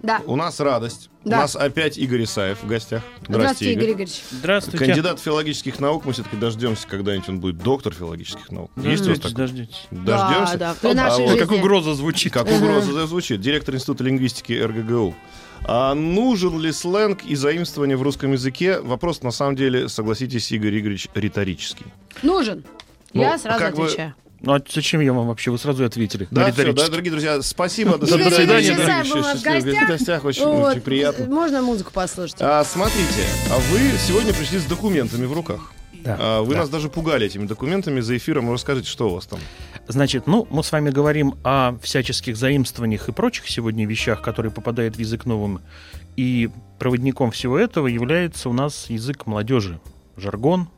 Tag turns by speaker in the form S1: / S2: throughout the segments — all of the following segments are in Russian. S1: Да.
S2: у нас радость.
S1: Да.
S2: У нас опять Игорь Исаев в гостях.
S1: Здравствуйте, Игорь Игоревич.
S3: Здравствуйте.
S2: Кандидат филологических наук. Мы все-таки дождемся, когда-нибудь он будет доктор филологических наук. Есть у вас
S3: Дождетесь,
S2: такое? А,
S3: дождетесь.
S1: Да,
S2: Дождемся?
S1: да, при нашей
S2: вот
S1: жизни.
S3: Как угроза звучит.
S2: Как угроза звучит. Директор Института лингвистики РГГУ. А нужен ли сленг и заимствование в русском языке? Вопрос, на самом деле, согласитесь, Игорь Игоревич, риторический.
S1: Нужен.
S2: Ну,
S1: Я сразу
S2: как бы-
S1: отвечаю.
S3: Ну а зачем я вам вообще? Вы сразу и ответили.
S2: Да,
S3: на
S2: всё,
S3: риторический.
S2: да, дорогие друзья, спасибо. До
S1: Игорь
S2: свидания.
S1: Игоревич
S2: дорогие
S1: Исаев был у нас в
S2: счастливые
S1: гостях.
S2: Очень,
S1: Вот.
S2: очень приятно.
S1: Можно музыку послушать.
S2: А, смотрите, а вы сегодня пришли с документами в руках.
S3: Да.
S2: А, Вы
S3: Да.
S2: нас даже пугали этими документами за эфиром. Расскажите, что у вас там?
S3: Значит, ну, мы с вами говорим о всяческих заимствованиях и прочих сегодня вещах, которые попадают в язык новым. И проводником всего этого является у нас язык молодежи, жаргон.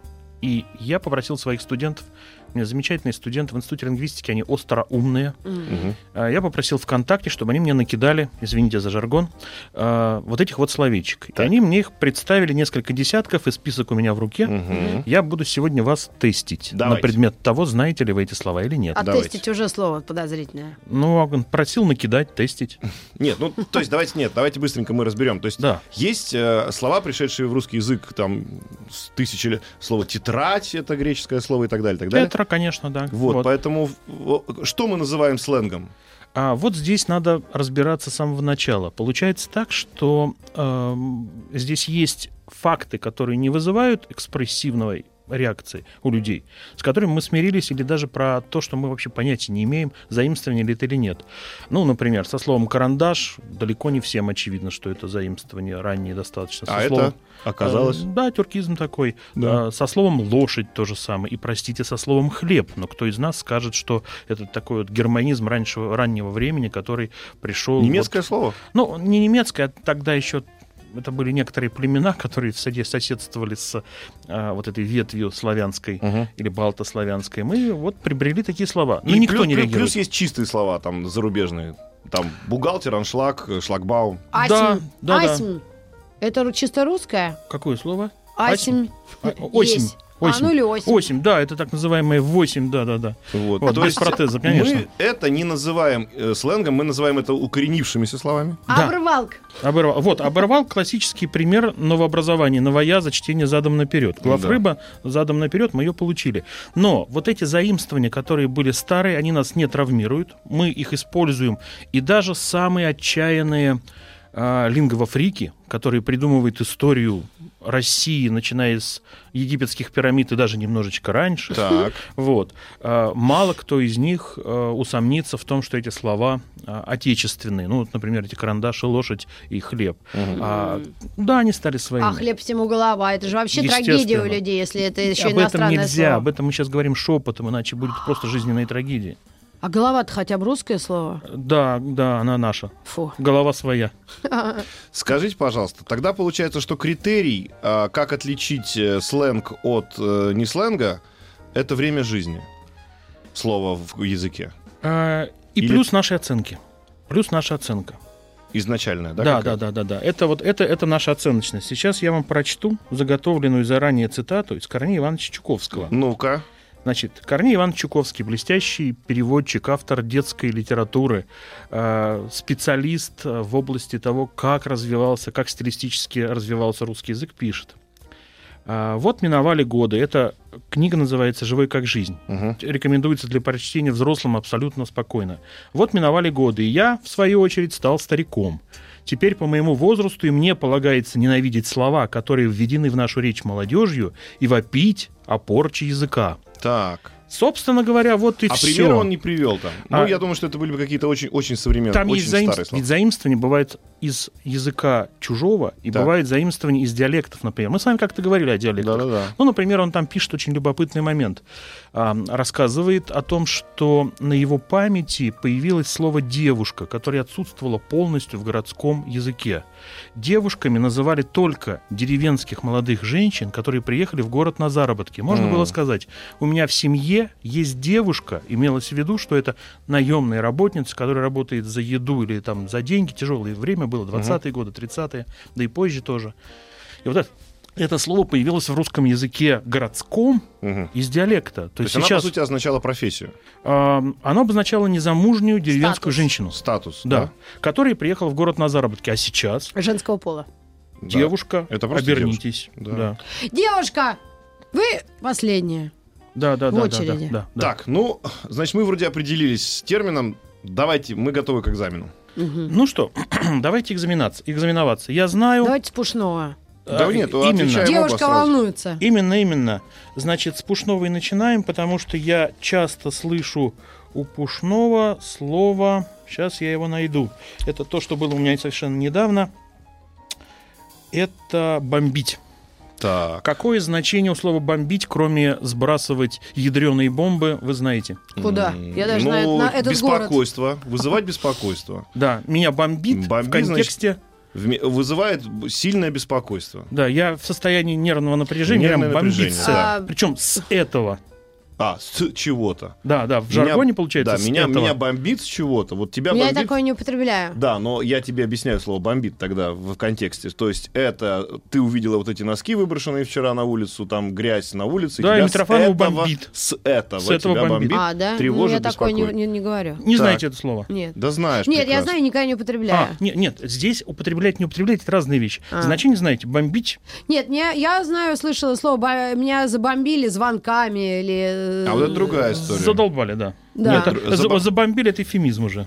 S3: И я попросил своих студентов, у меня замечательные студенты в институте лингвистики, они остроумные,
S1: М.
S3: А, Я попросил ВКонтакте, чтобы они мне накидали, извините за жаргон, а, вот этих вот словечек. И
S2: Так.
S3: они мне их представили несколько десятков, и список у меня в руке.
S2: Мгм.
S3: Я буду сегодня вас тестить
S2: Давайте.
S3: на предмет того, знаете ли вы эти слова или нет.
S1: А
S2: давайте.
S1: тестить уже слово подозрительное.
S3: Ну, а он просил накидать, тестить.
S2: Нет, ну, то есть, давайте, нет, давайте быстренько мы разберем. То есть,
S3: Да.
S2: есть э, слова, пришедшие в русский язык, там, с тысячи лет. Слово «тетрадь» — это греческое слово и так далее, и так далее.
S3: Петра, конечно, да.
S2: Вот, поэтому в- что мы называем сленгом?
S3: А вот здесь надо разбираться с самого начала. Получается так, что эм, здесь есть факты, которые не вызывают экспрессивной реакции у людей, с которыми мы смирились, или даже про то, что мы вообще понятия не имеем, заимствование ли это или нет. Ну, например, со словом «карандаш» далеко не всем очевидно, что это заимствование раннее достаточно. Со
S2: а
S3: словом-
S2: это оказалось...
S3: Э, Да, тюркизм такой.
S2: Да.
S3: Э, Со словом лошадь то же самое. И, простите, со словом хлеб. Но кто из нас скажет, что это такой вот германизм раньшего, раннего времени, который пришел...
S2: Немецкое
S3: вот-
S2: слово?
S3: Ну, не немецкое, а тогда еще это были некоторые племена, которые соде- соседствовали с э, вот этой ветвью славянской
S2: Мгм.
S3: или балтославянской. Мы вот приобрели такие слова. Но
S2: Ну И
S3: никто
S2: плюс-
S3: не
S2: плюс-
S3: реагирует.
S2: Плюс есть чистые слова, там, зарубежные. Там, бухгалтер, аншлаг, э, шлагбаум.
S3: Да,
S1: Асим.
S3: да, да.
S1: Асим. Это ру- чисто русское?
S3: Какое слово?
S1: Асим.
S3: А, Осень.
S1: Есть. А, ну или осень.
S3: Осень, да, это так называемые восемь, да-да-да.
S2: Вот,
S3: Вот,
S2: то
S3: без
S2: есть
S3: протеза, конечно.
S2: Мы это не называем э, сленгом, мы называем это укоренившимися словами.
S3: Да.
S1: А Обрывалка.
S3: Оборвал. Вот, оборвал классический пример новообразования. Новояза чтение задом наперед. Главрыба задом наперед, мы ее получили. Но вот эти заимствования, которые были старые, они нас не травмируют. Мы их используем. И даже самые отчаянные а, лингвофрики, которые придумывают историю России, начиная с египетских пирамид и даже немножечко раньше,
S2: Так.
S3: вот. А, Мало кто из них э, усомнится в том, что эти слова а, отечественные. Ну, вот, например, эти карандаши, лошадь и хлеб. А, Да, они стали своими.
S1: А хлеб всему голова. Это же вообще
S3: Естественно.
S1: трагедия у людей, если это еще
S3: об этом
S1: иностранное
S3: нельзя,
S1: слово.
S3: об этом мы сейчас говорим шепотом, иначе будет просто жизненные трагедии.
S1: А голова-то хотя бы русское слово?
S3: Да, да, она наша.
S1: Фу.
S3: Голова своя.
S2: Скажите, пожалуйста, тогда получается, что критерий, а, как отличить э, сленг от э, не сленга, это время жизни. Слово в языке.
S3: А, И
S2: Или-
S3: плюс наши оценки. Плюс наша оценка.
S2: Изначальное, да?
S3: Да, да,
S2: какая-то?
S3: да, да, да. Это вот это, это наша оценочность. Сейчас я вам прочту заготовленную заранее цитату из Корнея Ивановича Чуковского.
S2: Ну-ка.
S3: Значит, Корней Иван Чуковский, блестящий переводчик, автор детской литературы, э, специалист э, в области того, как развивался, как стилистически развивался русский язык, пишет. А, Вот миновали годы. Эта книга называется «Живой как жизнь».
S2: Мгм.
S3: Рекомендуется для прочтения взрослым абсолютно спокойно. Вот миновали годы, и я, в свою очередь, стал стариком. Теперь по моему возрасту и мне полагается ненавидеть слова, которые введены в нашу речь молодежью, и вопить о порче языка.
S2: Так.
S3: Собственно говоря, вот и
S2: а
S3: все.
S2: пример он не привел там.
S3: А-
S2: Ну, я думаю, что это были бы какие-то очень, очень современные,
S3: Там
S2: очень
S3: есть заимств-
S2: старые слова.
S3: ведь заимствования бывают из языка чужого, и
S2: Да.
S3: бывает заимствование из диалектов, например. Мы с вами как-то говорили о диалектах.
S2: Да-да-да.
S3: Ну, например, он там пишет очень любопытный момент. А, рассказывает о том, что на его памяти появилось слово «девушка», которое отсутствовало полностью в городском языке. Девушками называли только деревенских молодых женщин, которые приехали в город на заработки. Можно
S2: М.
S3: было сказать, у меня в семье есть девушка, имелось в виду, что это наемная работница, которая работает за еду или там за деньги, тяжелое время было, 20-е годы, 30-е, да и позже тоже. И вот это, это слово появилось в русском языке городском
S2: Мгм.
S3: из диалекта. То,
S2: То есть
S3: есть
S2: она,
S3: сейчас
S2: по сути, означала профессию,
S3: а, оно обозначало незамужнюю деревенскую
S1: Статус.
S3: женщину,
S2: статус.
S3: да, которая приехала в город на заработки, а сейчас
S1: Женского пола.
S2: Да.
S3: девушка,
S2: Это просто
S3: обернитесь,
S2: девушка, да.
S3: да,
S1: Девушка, вы последняя.
S3: да,
S1: В
S3: да, да, да, да,
S1: очереди.
S3: да, да.
S2: Так, ну, значит, мы вроде определились с термином. Давайте, мы готовы к экзамену.
S1: Мгм.
S3: Ну что, давайте экзаменаться, экзаменоваться. Я знаю.
S1: Давайте с Пушного.
S3: а,
S2: Да нет, ну,
S3: именно.
S2: отвечаем. оба
S1: Девушка
S2: сразу.
S1: волнуется.
S3: Именно, именно. Значит, с Пушного и начинаем, потому что я часто слышу у Пушного слово... Сейчас я его найду. Это то, что было у меня совершенно недавно. Это «бомбить».
S2: Так,
S3: Какое значение у слова «бомбить», кроме сбрасывать ядреные бомбы, вы знаете?
S1: Куда?
S2: м,
S1: Я даже знаю
S2: ну,
S1: на этот город.
S2: беспокойство, вызывать беспокойство.
S3: Да, меня бомбит, в
S2: Бомбить, значит,
S3: контексте...
S2: Вме- Вызывает б- сильное беспокойство.
S3: Да, я в состоянии нервного напряжения,
S2: Нервное
S3: прям бомбит
S2: напряжение,
S3: с-
S1: да.
S3: Причем с этого.
S2: А, с чего-то.
S3: Да, да, в
S2: Меня-
S3: жаргоне получается
S2: Да,
S3: с
S2: меня,
S3: этого.
S2: меня бомбит с чего-то. Вот тебя
S1: Я
S2: бомбит...
S1: такое не употребляю.
S2: Да, но я тебе объясняю слово бомбит тогда в контексте. То есть это ты увидела вот эти носки выброшенные вчера на улицу, там грязь на улице.
S3: Да,
S2: тебя
S3: и
S2: с
S3: Митрофанова
S2: этого-
S3: бомбит.
S2: С этого.
S3: С этого
S2: тебя
S3: бомбит.
S1: А, да? Ну,
S2: Тревожит,
S1: я такое не,
S2: беспокоит.
S1: не- не говорю.
S3: Не
S2: Так.
S3: знаете это слово?
S1: Нет.
S2: Да знаешь
S1: Нет, я
S2: прекрасно.
S1: знаю, никогда не употребляю.
S3: А, нет, нет, здесь употреблять, не употреблять это разные вещи.
S1: А.
S3: Значение знаете, бомбить.
S1: Нет, не- я знаю, слышала слово, ба- меня забомбили звонками или... э,
S2: А вот это другая история.
S3: Задолбали, да.
S1: Да.
S3: Нет, это- за-
S2: Забо-
S3: забомбили это эфемизм уже.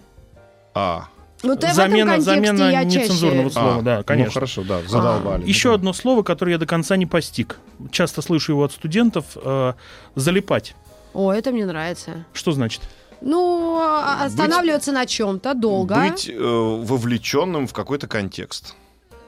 S2: А,
S1: Вот и
S3: замена
S1: ну, в этом контексте
S3: замена
S1: я
S3: нецензурного
S1: чаще...
S3: слова,
S2: а,
S3: да, конечно.
S2: Ну хорошо, да, задолбали.
S3: Еще
S2: Ну,
S3: одно слово, которое я до конца не постиг. Часто слышу его от студентов. э, залипать.
S1: О, это мне нравится.
S3: Что значит?
S1: Ну, а-
S2: Быть-
S1: останавливаться на чем-то долго. а?
S2: Быть э, вовлеченным в какой-то контекст.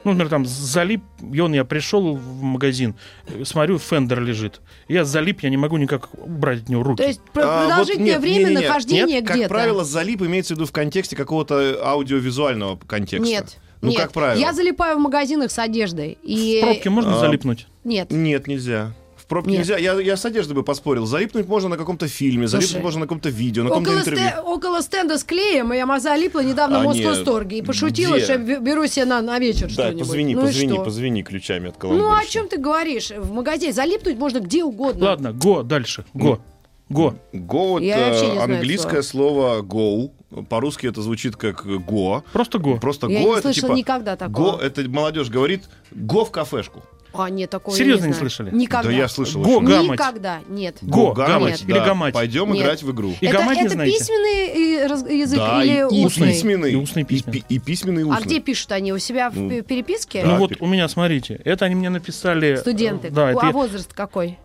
S3: Ну, например, там залип, и он, я пришел в магазин, э, смотрю, фендер лежит. Я залип, я не могу никак убрать от него руки.
S1: То есть про-
S2: А, вот
S1: продолжительное
S2: нет,
S1: время
S2: не-не-не,
S1: нахождения
S2: нет,
S1: где-то.
S2: Как правило, залип имеется в виду в контексте какого-то аудиовизуального контекста.
S1: Нет.
S2: Ну,
S1: нет.
S2: как правило.
S1: Я залипаю в магазинах с одеждой. И...
S3: В пробке можно
S2: а,
S3: залипнуть?
S1: Нет.
S2: Нет, нельзя. В пробке
S1: Нет.
S2: нельзя. Я, я с одеждой бы поспорил. Залипнуть можно на каком-то фильме, залипнуть
S1: Слушай,
S2: можно на каком-то видео, на каком-то
S1: Около,
S2: интервью.
S1: сте- около стенда с клеем я ма- залипла недавно
S2: А,
S1: в
S2: нет.
S1: Москвосторге и пошутила,
S2: Где?
S1: что я бе- беру себе на, на вечер
S2: Да,
S1: что-нибудь.
S2: позвони,
S1: ну и
S2: позвони,
S1: что?
S2: позвони ключами от колонны.
S1: Ну о чем ты говоришь? В магазине залипнуть можно где угодно.
S3: Ладно, го, дальше, го, го.
S2: Go
S1: Я
S2: это
S1: вообще не знаю
S2: английское слово go. По-русски это звучит как go.
S3: Просто го.
S2: Просто
S1: Я
S2: go
S1: не
S2: это
S1: слышала
S2: типа.
S1: никогда
S2: Go
S1: такого.
S2: это молодежь говорит go в кафешку.
S1: А, нет, такого я
S3: Серьезно не
S1: знаю.
S3: слышали?
S1: Никогда.
S2: Да я слышал. очень
S3: Го, га-
S2: много.
S3: гамать.
S1: Никогда, нет.
S3: Го,
S2: Go
S3: гамать
S1: Нет.
S3: или гамать.
S2: Пойдем
S1: Нет.
S2: играть в игру.
S3: И
S1: это
S3: гамать не
S1: это
S3: знаете?
S1: письменный и раз- язык
S2: да,
S1: или
S2: и,
S1: устный?
S2: письменный.
S3: И устный письмен.
S2: пи- И, письменный и устный.
S1: А где пишут они? У себя в
S2: Ну,
S1: пе- переписке?
S3: Ну
S2: Да,
S3: вот
S2: пер-
S3: у меня, смотрите, это они мне написали... э,
S1: Студенты.
S3: Да, это
S1: а
S3: я-
S1: возраст какой?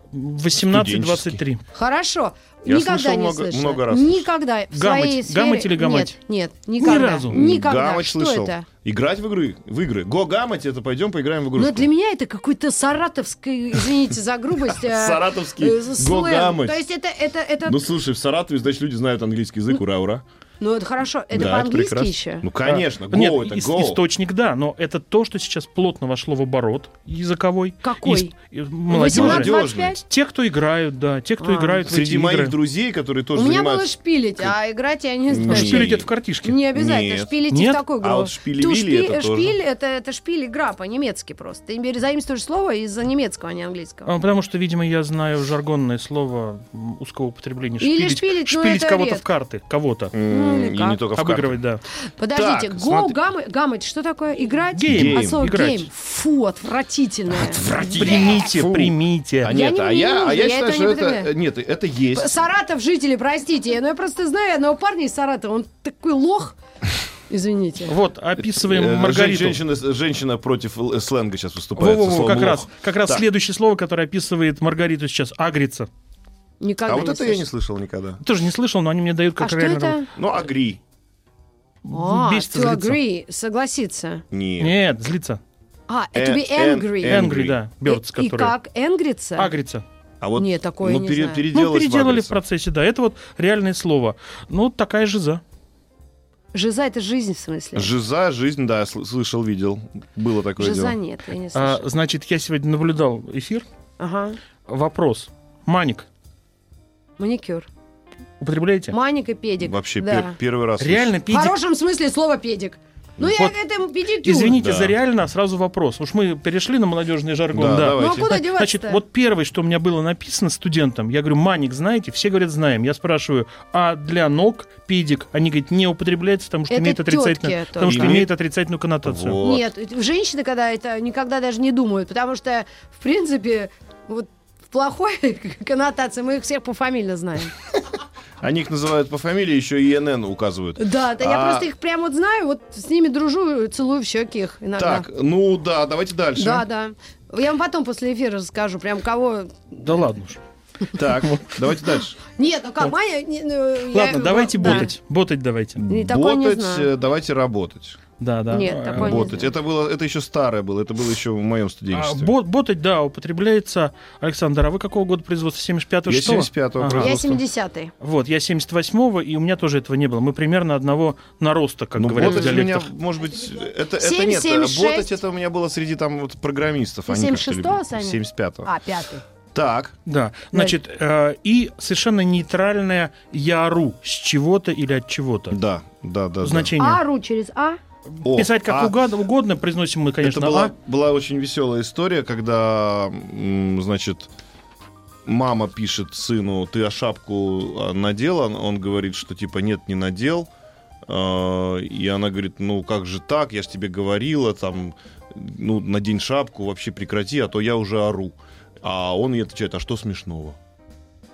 S3: 18-23.
S1: Хорошо.
S2: Я
S1: никогда
S2: слышал
S1: не
S2: много-
S1: слышала.
S2: много раз слышал.
S1: Никогда. В
S3: Гамать.
S1: своей сфере...
S3: Гамать или гамать?
S1: Нет, нет, никогда.
S3: разу.
S1: Никогда.
S2: Гамать
S1: Что
S2: слышал.
S1: это?
S2: Играть в игры. В игры. Го гамать это пойдем поиграем в игрушку.
S1: Ну, для меня это какой-то саратовский, извините за грубость, э,
S2: Саратовский
S1: э, сленг.
S2: гогамыч.
S1: То есть это, это, это,
S2: Ну слушай, в Саратове, значит, люди знают английский язык, ура, ура.
S1: ну это хорошо, это
S2: Да,
S1: по-английски
S2: прекрасно.
S1: еще?
S2: Ну конечно,
S3: Да.
S2: го
S3: Нет,
S2: это
S3: ис-
S2: го.
S3: источник, да, но это то, что сейчас плотно вошло в оборот языковой.
S1: Какой?
S3: Ист- и Ну, Молодежи.
S1: 18-25?
S3: Те, кто играют, да, те, кто
S1: А.
S3: играют в эти
S2: Среди моих
S3: игры.
S2: друзей, которые
S1: У
S2: тоже
S1: меня было
S2: занимаются...
S1: шпилить, а играть я не
S3: Ну,
S1: знаю.
S2: Нет.
S3: шпиль идет в картишке.
S1: Не обязательно,
S2: Нет.
S1: шпилить
S3: Нет?
S1: в такую игру.
S2: А вот
S1: Ту
S2: шпилевили
S1: шпи-
S2: это тоже.
S1: шпиль это, это шпиль игра по-немецки просто. Ты бери- заимствуешь слово из-за немецкого, а не английского.
S3: А, Потому что, видимо, я знаю жаргонное слово м, узкого употребления.
S1: Или
S3: Шпилить,
S1: шпилить, ну,
S3: шпилить
S1: это
S3: кого-то в
S1: редко.
S3: карты, кого-то.
S1: Ну, или
S2: М, и
S1: как?
S2: не только в
S3: Обыгрывать, да.
S1: Подождите,
S2: Так,
S1: го,
S2: смотри.
S1: гамы- гамыть, что такое? Играть?
S3: Гейм,
S1: А слово
S3: играть.
S1: гейм. Фу, отвратительное.
S3: Примите,
S2: Фу.
S3: примите.
S2: А
S1: Я
S2: нет,
S1: не-
S2: а
S1: не-
S2: я,
S1: не-
S2: а я
S1: я
S2: считаю,
S1: этого
S2: что
S1: не
S2: это...
S1: понимаю.
S2: Нет, это есть.
S1: П- Саратов жители, простите, но я просто знаю одного парня из Саратова, он такой лох. Извините.
S3: Вот, описываем
S2: Э,
S3: Маргариту.
S2: жен- Женщина, женщина против л- сленга сейчас выступает. со
S3: Во-во-во,
S2: словом
S3: как
S2: лох.
S3: раз, как раз
S2: Так.
S3: следующее слово, которое описывает Маргариту сейчас, агриться.
S1: Никогда
S2: А вот
S1: не
S2: это я не
S1: слышала.
S2: слышал никогда.
S3: Тоже не слышал, но они мне дают
S1: А
S3: как
S1: что
S3: реально.
S1: это?
S2: Ну, агри.
S1: А,
S3: бесится,
S1: to
S3: злится.
S1: agree, согласиться.
S2: Не.
S3: Нет, злится.
S1: А, to be
S2: Э, эн-
S1: angry.
S2: эн-
S3: Angry, да, Birds,
S1: и, и
S3: которые-
S1: как? Энгриться?
S3: Агрится.
S2: А вот,
S1: Не, такое я
S2: ну,
S1: не
S2: пере-
S1: знаю.
S3: Ну,
S2: переделалось
S3: переделали в
S2: Вагрица.
S3: процессе, да. Это вот реальное слово. Ну, такая жиза.
S1: Жиза — это жизнь, в смысле?
S2: Жиза, жизнь, да, сл- слышал, видел. Было такое
S1: Жиза
S2: дело.
S1: нет, я не
S3: А,
S1: слышала.
S3: значит, я сегодня наблюдал эфир.
S1: Ага.
S3: Вопрос. Маник
S1: Маникюр.
S3: употребляете?
S1: Маник и педик.
S2: Вообще
S1: да.
S2: пер- первый раз.
S3: Реально
S1: В
S3: педик.
S1: хорошем смысле слова педик. Ну, я
S3: Вот.
S1: к этому педикюр.
S3: Извините
S2: Да.
S3: за реально, а сразу вопрос. Уж мы перешли на молодежный жаргон,
S2: Да,
S3: да.
S2: давай.
S1: Ну, а
S2: Давайте.
S1: куда деваться
S3: Значит, вот первое, что у меня было написано студентам, я говорю, маник знаете? Все говорят, знаем. Я спрашиваю, а для ног педик? Они говорят, не употребляется, потому что
S1: Это
S3: имеет отрицательную,
S1: тётки
S3: потому что
S2: только.
S3: имеет отрицательную коннотацию.
S2: слышал. Вот.
S1: Нет, э, женщины, когда это, никогда даже не думают, потому что, в принципе, вот в плохой коннотации мы их всех пофамильно знаем.
S2: Они их называют по фамилии, еще и НН указывают.
S1: Да, да, я
S2: А-
S1: просто их прям вот знаю, вот с ними дружу, целую в щеки их иногда.
S2: Так, ну да, давайте дальше.
S1: Да, да. Я вам потом после эфира расскажу, прям кого...
S3: Да ладно уж.
S2: Так, давайте дальше.
S1: Нет, ну как, Маня... не, ну, я-
S3: Ладно, давайте
S1: да.
S3: ботать. Ботать давайте.
S1: Не, такое не
S2: Ботать,
S1: знаю.
S2: э, давайте работать.
S3: Да, да.
S1: Нет,
S3: А,
S1: такое не
S2: Ботать.
S1: знаю.
S2: Это было, это еще старое было, это было еще в моем
S3: А,
S2: студенчестве.
S3: бот, ботать, да, употребляется. Александр, а вы какого года производства? 75-го?
S2: Я
S3: шестого?
S2: 75-го
S3: Ага.
S2: производства.
S1: Я
S2: Пожалуйста.
S1: 70-й.
S3: Вот, я 78-го, и у меня тоже этого не было. Мы примерно одного нароста, как
S2: Ну,
S3: говорят в
S2: ботать у меня,
S3: диалектах.
S2: может быть, это, это
S1: Семь,
S2: нет,
S1: семь,
S2: э,
S1: шесть.
S2: ботать это у меня было среди там вот программистов.
S1: Ты
S2: они как-то
S1: 76-го,
S2: любят.
S1: Саня?
S2: 75-го.
S1: А, пятый.
S2: Так,
S3: Да, значит, э, и совершенно нейтральное «я ору» с чего-то или от чего-то.
S2: да, да, да. да.
S3: Значение.
S1: Ару через А.
S2: О,
S3: Писать как
S2: а,
S3: угодно, угодно, произносим мы, конечно,
S2: это была,
S3: «а».
S2: была очень веселая история, когда, м, значит, мама пишет сыну, ты а шапку а, надел, он, он говорит, что типа нет, не надел. А, И она говорит, ну как же так, я же тебе говорила, там, ну надень шапку, вообще прекрати, а то я уже ору. А он ей отвечает, а что смешного?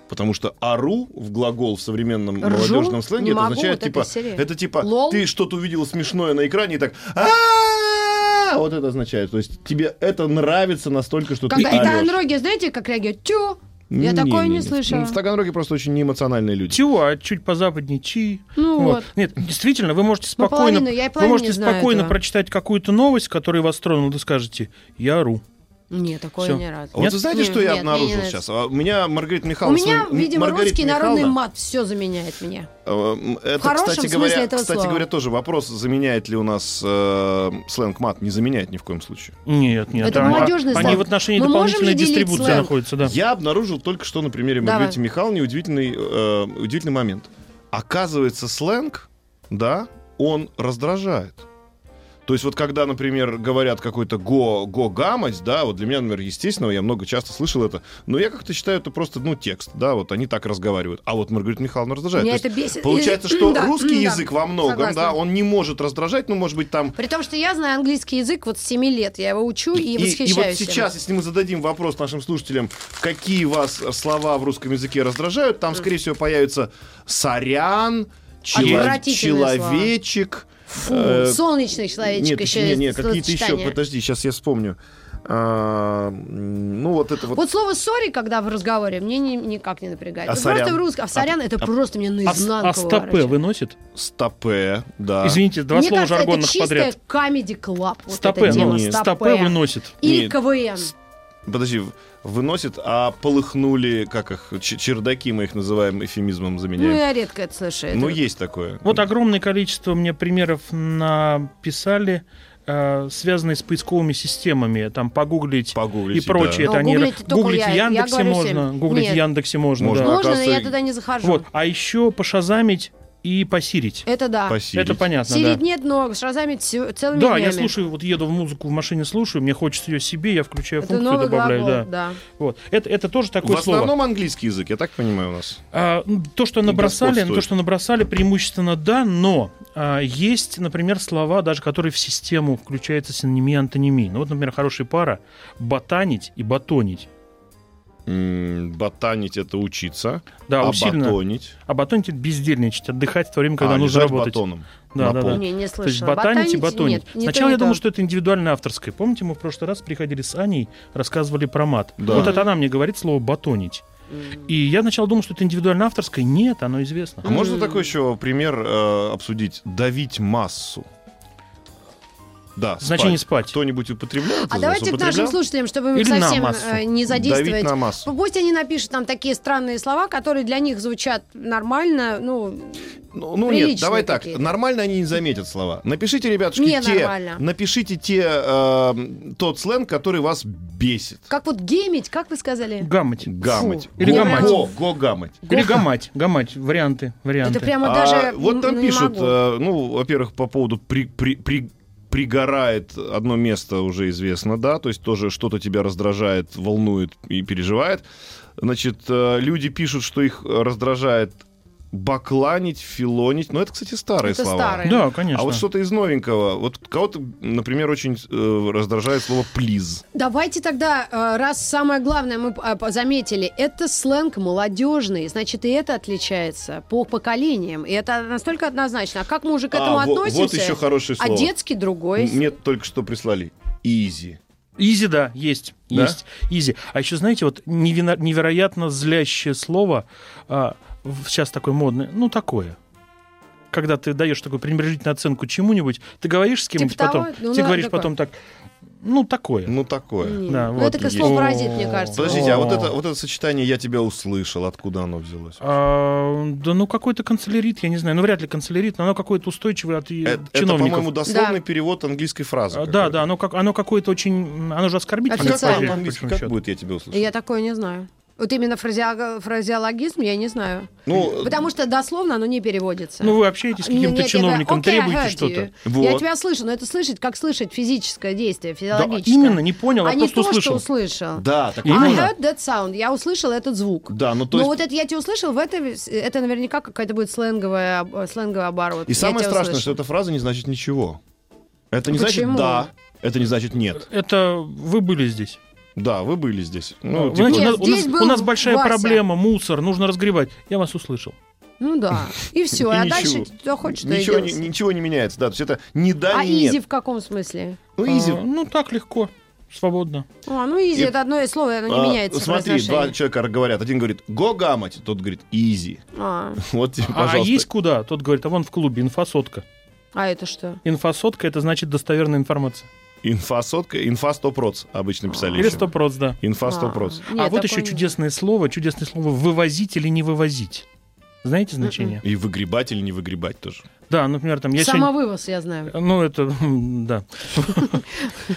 S2: Потому что ору в глагол в современном
S1: Ржу?
S2: молодежном сленге
S1: Не
S2: это
S1: могу,
S2: означает
S1: вот это
S2: типа
S1: серия.
S2: это типа
S1: Лол.
S2: ты что-то увидела смешное на экране и так «А-а-а!» вот это означает. То есть тебе это нравится настолько, что ты
S1: Когда
S2: орёшь.
S1: Таганроги, знаете, как реагируют? Тю! Я такое не слышала.
S2: Ну, В Таганроге просто очень неэмоциональные люди.
S3: Тю, а чуть позападнее чи.
S1: Ну вот.
S3: Нет, действительно, вы можете
S1: Ну,
S3: спокойно,
S1: половину, я и
S3: вы
S1: половину
S3: можете
S1: не знаю
S3: спокойно
S1: этого.
S3: прочитать какую-то новость, которая вас тронула, и скажете «я ору».
S1: Нет, такое
S3: Всё.
S1: ни разу.
S2: А Вот
S3: Нет?
S2: вы знаете,
S1: Не,
S2: что
S1: нет, мне
S2: я
S1: не
S2: обнаружил
S1: нравится.
S2: сейчас? А, У меня Маргарита
S1: У
S2: Михайловна...
S1: меня,
S2: свою- М-
S1: видимо,
S2: Маргарита
S1: русский народный
S2: Михайловна,
S1: мат все заменяет меня.
S2: э, Это,
S1: хорошем
S2: кстати
S1: смысле
S2: говоря,
S1: этого
S2: кстати
S1: слова.
S2: говоря, тоже вопрос, заменяет ли у нас э, сленг мат. Не заменяет ни в коем случае.
S3: Нет, нет.
S1: Это
S3: а-
S1: молодежный
S3: Они
S1: сленг.
S3: в отношении
S1: Мы можем
S3: дополнительной
S1: ли делить
S3: дистрибуции
S1: сленг?
S3: находятся, да.
S2: Я обнаружил только что на примере
S1: Давай.
S2: Маргариты Михайловны удивительный, э, удивительный момент. Оказывается, сленг, да, он раздражает. То есть вот когда, например, говорят какой-то го, го гамость, да, вот для меня, например, естественного, я много часто слышал это, но я как-то считаю, это просто, ну, текст, да, вот они так разговаривают. А вот Маргарита Михайловна раздражает.
S1: Меня
S2: То есть
S1: это бесит.
S2: Получается,
S1: И-
S2: что
S1: да,
S2: русский
S1: да,
S2: язык во многом,
S1: согласна.
S2: да, он не может раздражать, ну, может быть, там
S1: При том, что я знаю английский язык вот с 7 лет. Я его учу Ну, и, восхищаюсь.
S2: вот
S1: им.
S2: сейчас, если мы зададим вопрос нашим слушателям, какие вас э, слова в русском языке раздражают, там, скорее всего, появится сорян, чела-
S1: Отвратительные
S2: человечек.
S1: Фу,
S2: э,
S1: солнечный человечек
S2: нет,
S1: еще
S2: нет,
S1: есть
S2: нет, какие-то еще,
S1: словосочетание.
S2: подожди, сейчас я вспомню. А, м, ну, вот это вот.
S1: Вот слово «сори», когда в разговоре, мне ни- никак не напрягает.
S2: А
S1: Вот
S2: сорян?
S1: Просто в русском. А сорян, это просто мне
S3: А с-
S1: наизнанку
S3: а стопе
S1: выворачивает.
S3: выносит?
S2: Стопе, да.
S3: Извините, два
S1: А. Мне
S3: слова
S1: кажется, это
S3: жаргонных
S1: чистая
S3: подряд.
S1: comedy club. Вот
S3: Стопе,
S1: эта тема.
S3: ну,
S1: стопе.
S3: стопе выносит.
S1: Или
S2: Нет.
S1: КВН.
S2: Подожди, выносит, а полыхнули, как их, ч- чердаки мы их называем, эфемизмом
S1: Ну,
S2: заменяем.
S1: я редко это слышу. это-
S2: Ну, есть такое.
S3: Вот огромное количество мне примеров написали, э, связанные с поисковыми системами. Там погуглить
S2: Погуглите,
S3: и прочее.
S2: да.
S3: Это
S1: Но
S3: они...
S1: гуглить Ну, только
S3: Гуглить
S1: я.
S3: в
S1: Я
S3: Яндексе
S1: говорю
S3: можно.
S1: всем,
S3: Гуглить в
S1: нет.
S3: Яндексе можно,
S2: Можно.
S3: да.
S1: Можно, но я
S2: оказывается,
S1: туда не захожу.
S3: Вот. А еще пошазамить и посирить.
S1: Это да.
S2: Посидеть.
S3: Это понятно,
S1: Сирить
S3: да.
S1: нет, но с разами цю- целыми
S3: Да, я
S1: днями.
S3: слушаю, вот еду в музыку в машине, слушаю, мне хочется ее себе, я включаю
S1: Это
S3: функцию,
S1: новый
S3: добавляю,
S1: глагол,
S3: да.
S1: да.
S3: Вот. Это, это тоже такое
S2: В
S3: слово.
S2: основном английский язык, я так понимаю, у нас.
S3: А, ну, то, что набросали,
S2: Господствует.
S3: то, что набросали, преимущественно да, но а, есть, например, слова, даже которые в систему включаются синонимия и антонимия. Ну вот, например, хорошая пара ботанить и батонить.
S2: М, Ботанить это учиться,
S3: Да,
S2: а
S3: усиленно.
S2: батонить.
S3: А батонить это бездельничать, отдыхать в то время, когда
S2: а,
S3: нужно
S2: лежать
S3: работать.
S2: батоном.
S3: Да,
S2: на
S3: да,
S2: пол.
S3: да.
S1: Не, не
S3: То есть
S1: слышала.
S3: ботанить и
S1: а Ботанить?
S3: ботонить.
S1: Нет, не
S3: Сначала
S1: то,
S3: я
S1: не
S3: думал,
S1: то.
S3: что это индивидуально авторское. Помните, мы в прошлый раз приходили с Аней, рассказывали про мат.
S2: Да.
S3: Вот это она мне говорит слово батонить. И я сначала думал, что это индивидуально авторское. Нет, оно известно.
S2: А можно такой еще пример э, обсудить? Давить массу. Да,
S3: Значение спать.
S2: Кто-нибудь употребляет? из
S1: А
S2: вас?
S1: давайте к нашим
S2: Употреблял?
S1: слушателям, чтобы их
S3: Или на
S1: совсем
S3: массу.
S1: э, не задействовать.
S2: Давить на массу.
S1: Пусть они напишут там такие странные слова, которые для них звучат нормально. Ну,
S2: Ну, ну нет,
S1: Приличные
S2: давай так.
S1: такие.
S2: Нормально они не заметят слова. Напишите, ребятушки,
S1: Не,
S2: те,
S1: нормально.
S2: напишите те э, тот сленг, который вас бесит.
S1: как вот гемить, как вы сказали?
S3: Гаммать.
S2: Гамать.
S3: Фу. Или
S2: Го-
S3: гамать.
S2: Го, го гамать.
S3: Или гамать. Гамать. Варианты. Варианты.
S1: Это прямо
S2: А,
S1: Ну, даже
S2: вот там
S1: н- не
S2: пишут,
S1: могу.
S2: э, ну, во-первых, по поводу при, при- при- пригорает одно место уже известно, да, то есть тоже что-то тебя раздражает, волнует и переживает. Значит, э, люди пишут, что их э, раздражает бакланить, филонить. Ну, это, кстати, старые
S1: Это
S2: слова.
S1: старые.
S3: Да, конечно.
S2: А вот что-то из новенького. Вот кого-то, например, очень э, раздражает слово «плиз».
S1: Давайте тогда, э, раз самое главное мы э, по- заметили, это сленг молодежный, значит, и это отличается по поколениям, и это настолько однозначно. А как мы уже к этому
S2: А, во-
S1: относимся?
S2: Вот еще хорошее
S1: а
S2: слово.
S1: детский другой.
S2: Мне только что прислали. Изи.
S3: Изи, да, есть.
S2: Да?
S3: Есть. Изи. А еще, знаете, вот невино- невероятно злящее слово, а, в- сейчас такое модное, ну, такое. Когда ты даешь такую пренебрежительную оценку чему-нибудь, ты говоришь с кем-нибудь
S1: Типа того,
S3: потом,
S1: ну,
S3: ты
S1: на-
S3: говоришь
S1: такое.
S3: потом так, ну, такое.
S2: Ну, такое.
S1: М,
S3: Да,
S1: ну,
S3: вот
S1: это как
S2: есть.
S1: слово паразит, мне
S3: О.
S1: кажется.
S2: Подождите, а вот
S3: О.
S2: это, вот это сочетание «я тебя услышал», откуда оно взялось?
S3: А, да ну какой-то канцелярит, я не знаю, ну вряд ли канцелярит, но оно какое-то устойчивое от и-
S2: Э, Это, это,
S3: чиновников.
S2: по-моему, дословный
S1: Да.
S2: перевод английской фразы.
S3: А, да,
S2: какой-то.
S3: да, оно, как, оно какое-то очень, м, оно же
S2: А
S3: оскорбительное.
S2: как
S1: Официально.
S2: там
S3: по
S2: по-английски?
S3: большому
S2: Как
S3: счету.
S2: будет «я тебя услышал»?
S1: Я такое не знаю. Вот именно фразеолог- фразеологизм я не знаю.
S3: Э,
S2: Ну,
S1: Потому что дословно оно не переводится.
S3: Ну вы общаетесь с
S1: А, Нет,
S3: каким-то
S1: нет,
S3: чиновником,
S1: я говорю, «Окей, I
S3: требуете
S1: heard
S3: что-то.
S1: you». Я
S2: Вот.
S1: тебя слышу, но это слышать, как слышать физическое действие,
S3: Да,
S1: физиологическое.
S3: именно, не понял, а,
S1: а не
S3: просто
S1: то, что
S3: услышал.
S1: услышал.
S2: Да, так
S3: И-
S1: I
S3: Именно.
S1: heard that sound. Я услышал этот звук.
S2: Да, ну то
S1: Но
S2: есть...
S1: вот это я тебя услышал, в это, это наверняка какая-то будет сленговая, об- сленговый оборот.
S2: И
S1: Я
S2: самое
S1: тебя
S2: страшное,
S1: услышал.
S2: что эта фраза не значит ничего. Это не
S1: Почему?
S2: значит «да», это не значит «нет».
S3: Это вы были здесь.
S2: Да, вы были здесь.
S3: Вы
S2: Ну, типа,
S3: знаете,
S1: Нет,
S3: у, нас, у
S1: здесь
S3: нас-
S1: был
S3: у нас большая
S1: Вася.
S3: проблема, мусор, нужно разгребать. Я вас услышал.
S1: Ну да. И все.
S2: И
S1: а
S2: ничего.
S1: дальше кто хочет, то и
S2: ничего, не,
S1: делается.
S2: ничего не меняется. Да, то есть это не да,
S1: А
S2: не
S1: изи
S2: нет.
S1: в каком смысле?
S2: Ну, изи.
S3: А, ну так легко, свободно.
S1: А, ну изи
S2: И-
S1: это одно из слов, и оно Ну, не
S2: А,
S1: меняется. в
S2: смотри, два
S1: произношении.
S2: человека говорят. Один говорит «го гамать», тот говорит «изи».
S1: А,
S2: Вот тебе,
S3: А,
S2: пожалуйста.
S3: есть куда? Тот говорит, а вон в клубе инфосотка.
S1: а это что?
S3: Инфосотка это значит достоверная информация.
S2: Инфа сотка, инфа 100% обычно писали
S3: Или
S2: еще.
S3: стопроц, да.
S2: Инфа 100%.
S1: А,
S3: а
S1: нет,
S3: вот
S1: такого
S3: еще
S1: нет.
S3: чудесное слово, чудесное слово вывозить или не вывозить. Знаете
S1: М-м.
S3: значение?
S2: И выгребать или не выгребать тоже.
S3: Да, например, там я сегодня-
S1: Самовывоз, я знаю.
S3: Ну, это, да.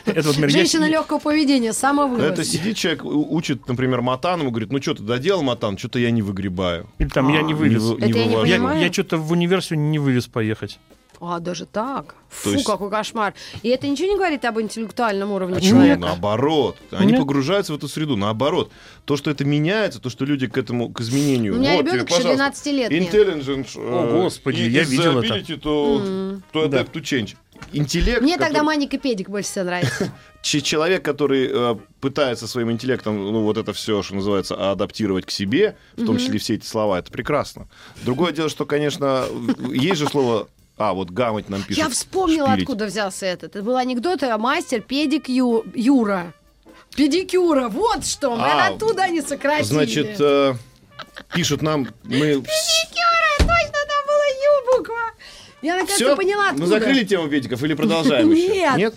S3: Это, например, я
S1: Женщина
S3: сегодня-
S1: легкого поведения,
S3: Ну,
S1: самовывоз.
S2: Это сидит человек, у- учит, например, Матан, ему говорит, ну что ты доделал, Матан, что-то я не выгребаю.
S3: Или там я не вывез.
S2: А, вы-
S1: Это я не
S2: вывожу.
S3: Я,
S1: понимаю.
S3: что-то в универ сегодня не вывез поехать.
S1: А, даже так? Фу,
S2: есть- Ну,
S1: какой кошмар. И это ничего не говорит об интеллектуальном уровне
S2: Почему?
S1: человека?
S2: А Наоборот. Они
S3: Нет.
S2: погружаются в эту среду. Наоборот. То, что это меняется, то, что люди к этому, к изменению.
S1: У меня
S2: Вот тебе,
S1: ребенок еще
S2: пожалуйста. э,
S1: 12 лет. нет.
S2: Intelligent.
S3: О, господи, я видел это.
S2: то, то
S3: Да.
S2: adapt to change. Интеллект,
S1: Мне
S2: который-
S1: тогда Маник и Педик больше всего нравится.
S2: ч- человек, который э, пытается своим интеллектом, ну, вот это все, что называется, адаптировать к себе, в том числе все эти слова, это прекрасно. Другое дело, что, конечно, есть же слово... А, вот гамать нам пишет.
S1: Я вспомнила,
S2: шпилить.
S1: откуда взялся этот. Это был анекдот о мастер педик Юра. Педикюра, вот что, мы
S2: А,
S1: оттуда они сократили.
S2: Значит, э, пишут нам, мы...
S1: Педикюра, точно, там была Ю буква. Я наконец-то
S2: Все,
S1: поняла,
S2: мы
S1: откуда.
S2: закрыли тему педиков или продолжаем еще?
S1: Нет.
S2: Нет?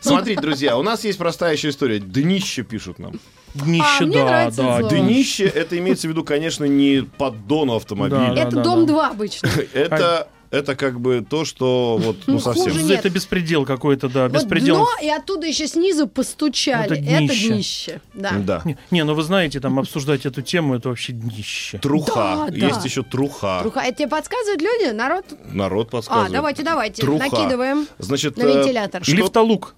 S2: Смотрите, друзья, у нас есть простая еще история. Днище пишут нам.
S3: Днище,
S1: А, мне
S3: да,
S1: нравится
S3: да.
S1: это
S3: дни-
S1: слово.
S2: Днище, это имеется в виду, конечно, не поддону автомобиля.
S1: Это
S3: Да, да,
S1: дом
S3: да.
S1: 2 обычно.
S2: Это, это как бы то, что вот, ну,
S1: Ну, хуже
S2: совсем.
S1: Уже нет.
S3: Это беспредел какой-то, да,
S1: Вот
S3: беспредел.
S1: дно, и оттуда еще снизу постучали.
S3: Это
S1: Это
S3: днище.
S1: днище. Да.
S2: Да.
S3: Не, Не, ну вы знаете, там обсуждать эту тему, это вообще днище.
S2: Труха.
S1: Да, да.
S2: Есть еще труха.
S1: Рука- Это тебе подсказывают люди, народ?
S2: Народ
S1: А,
S2: подсказывает.
S1: давайте, давайте,
S2: Труха.
S1: накидываем.
S2: Значит,
S1: на
S2: э,
S1: вентилятор.
S2: что-
S3: Лифтолук.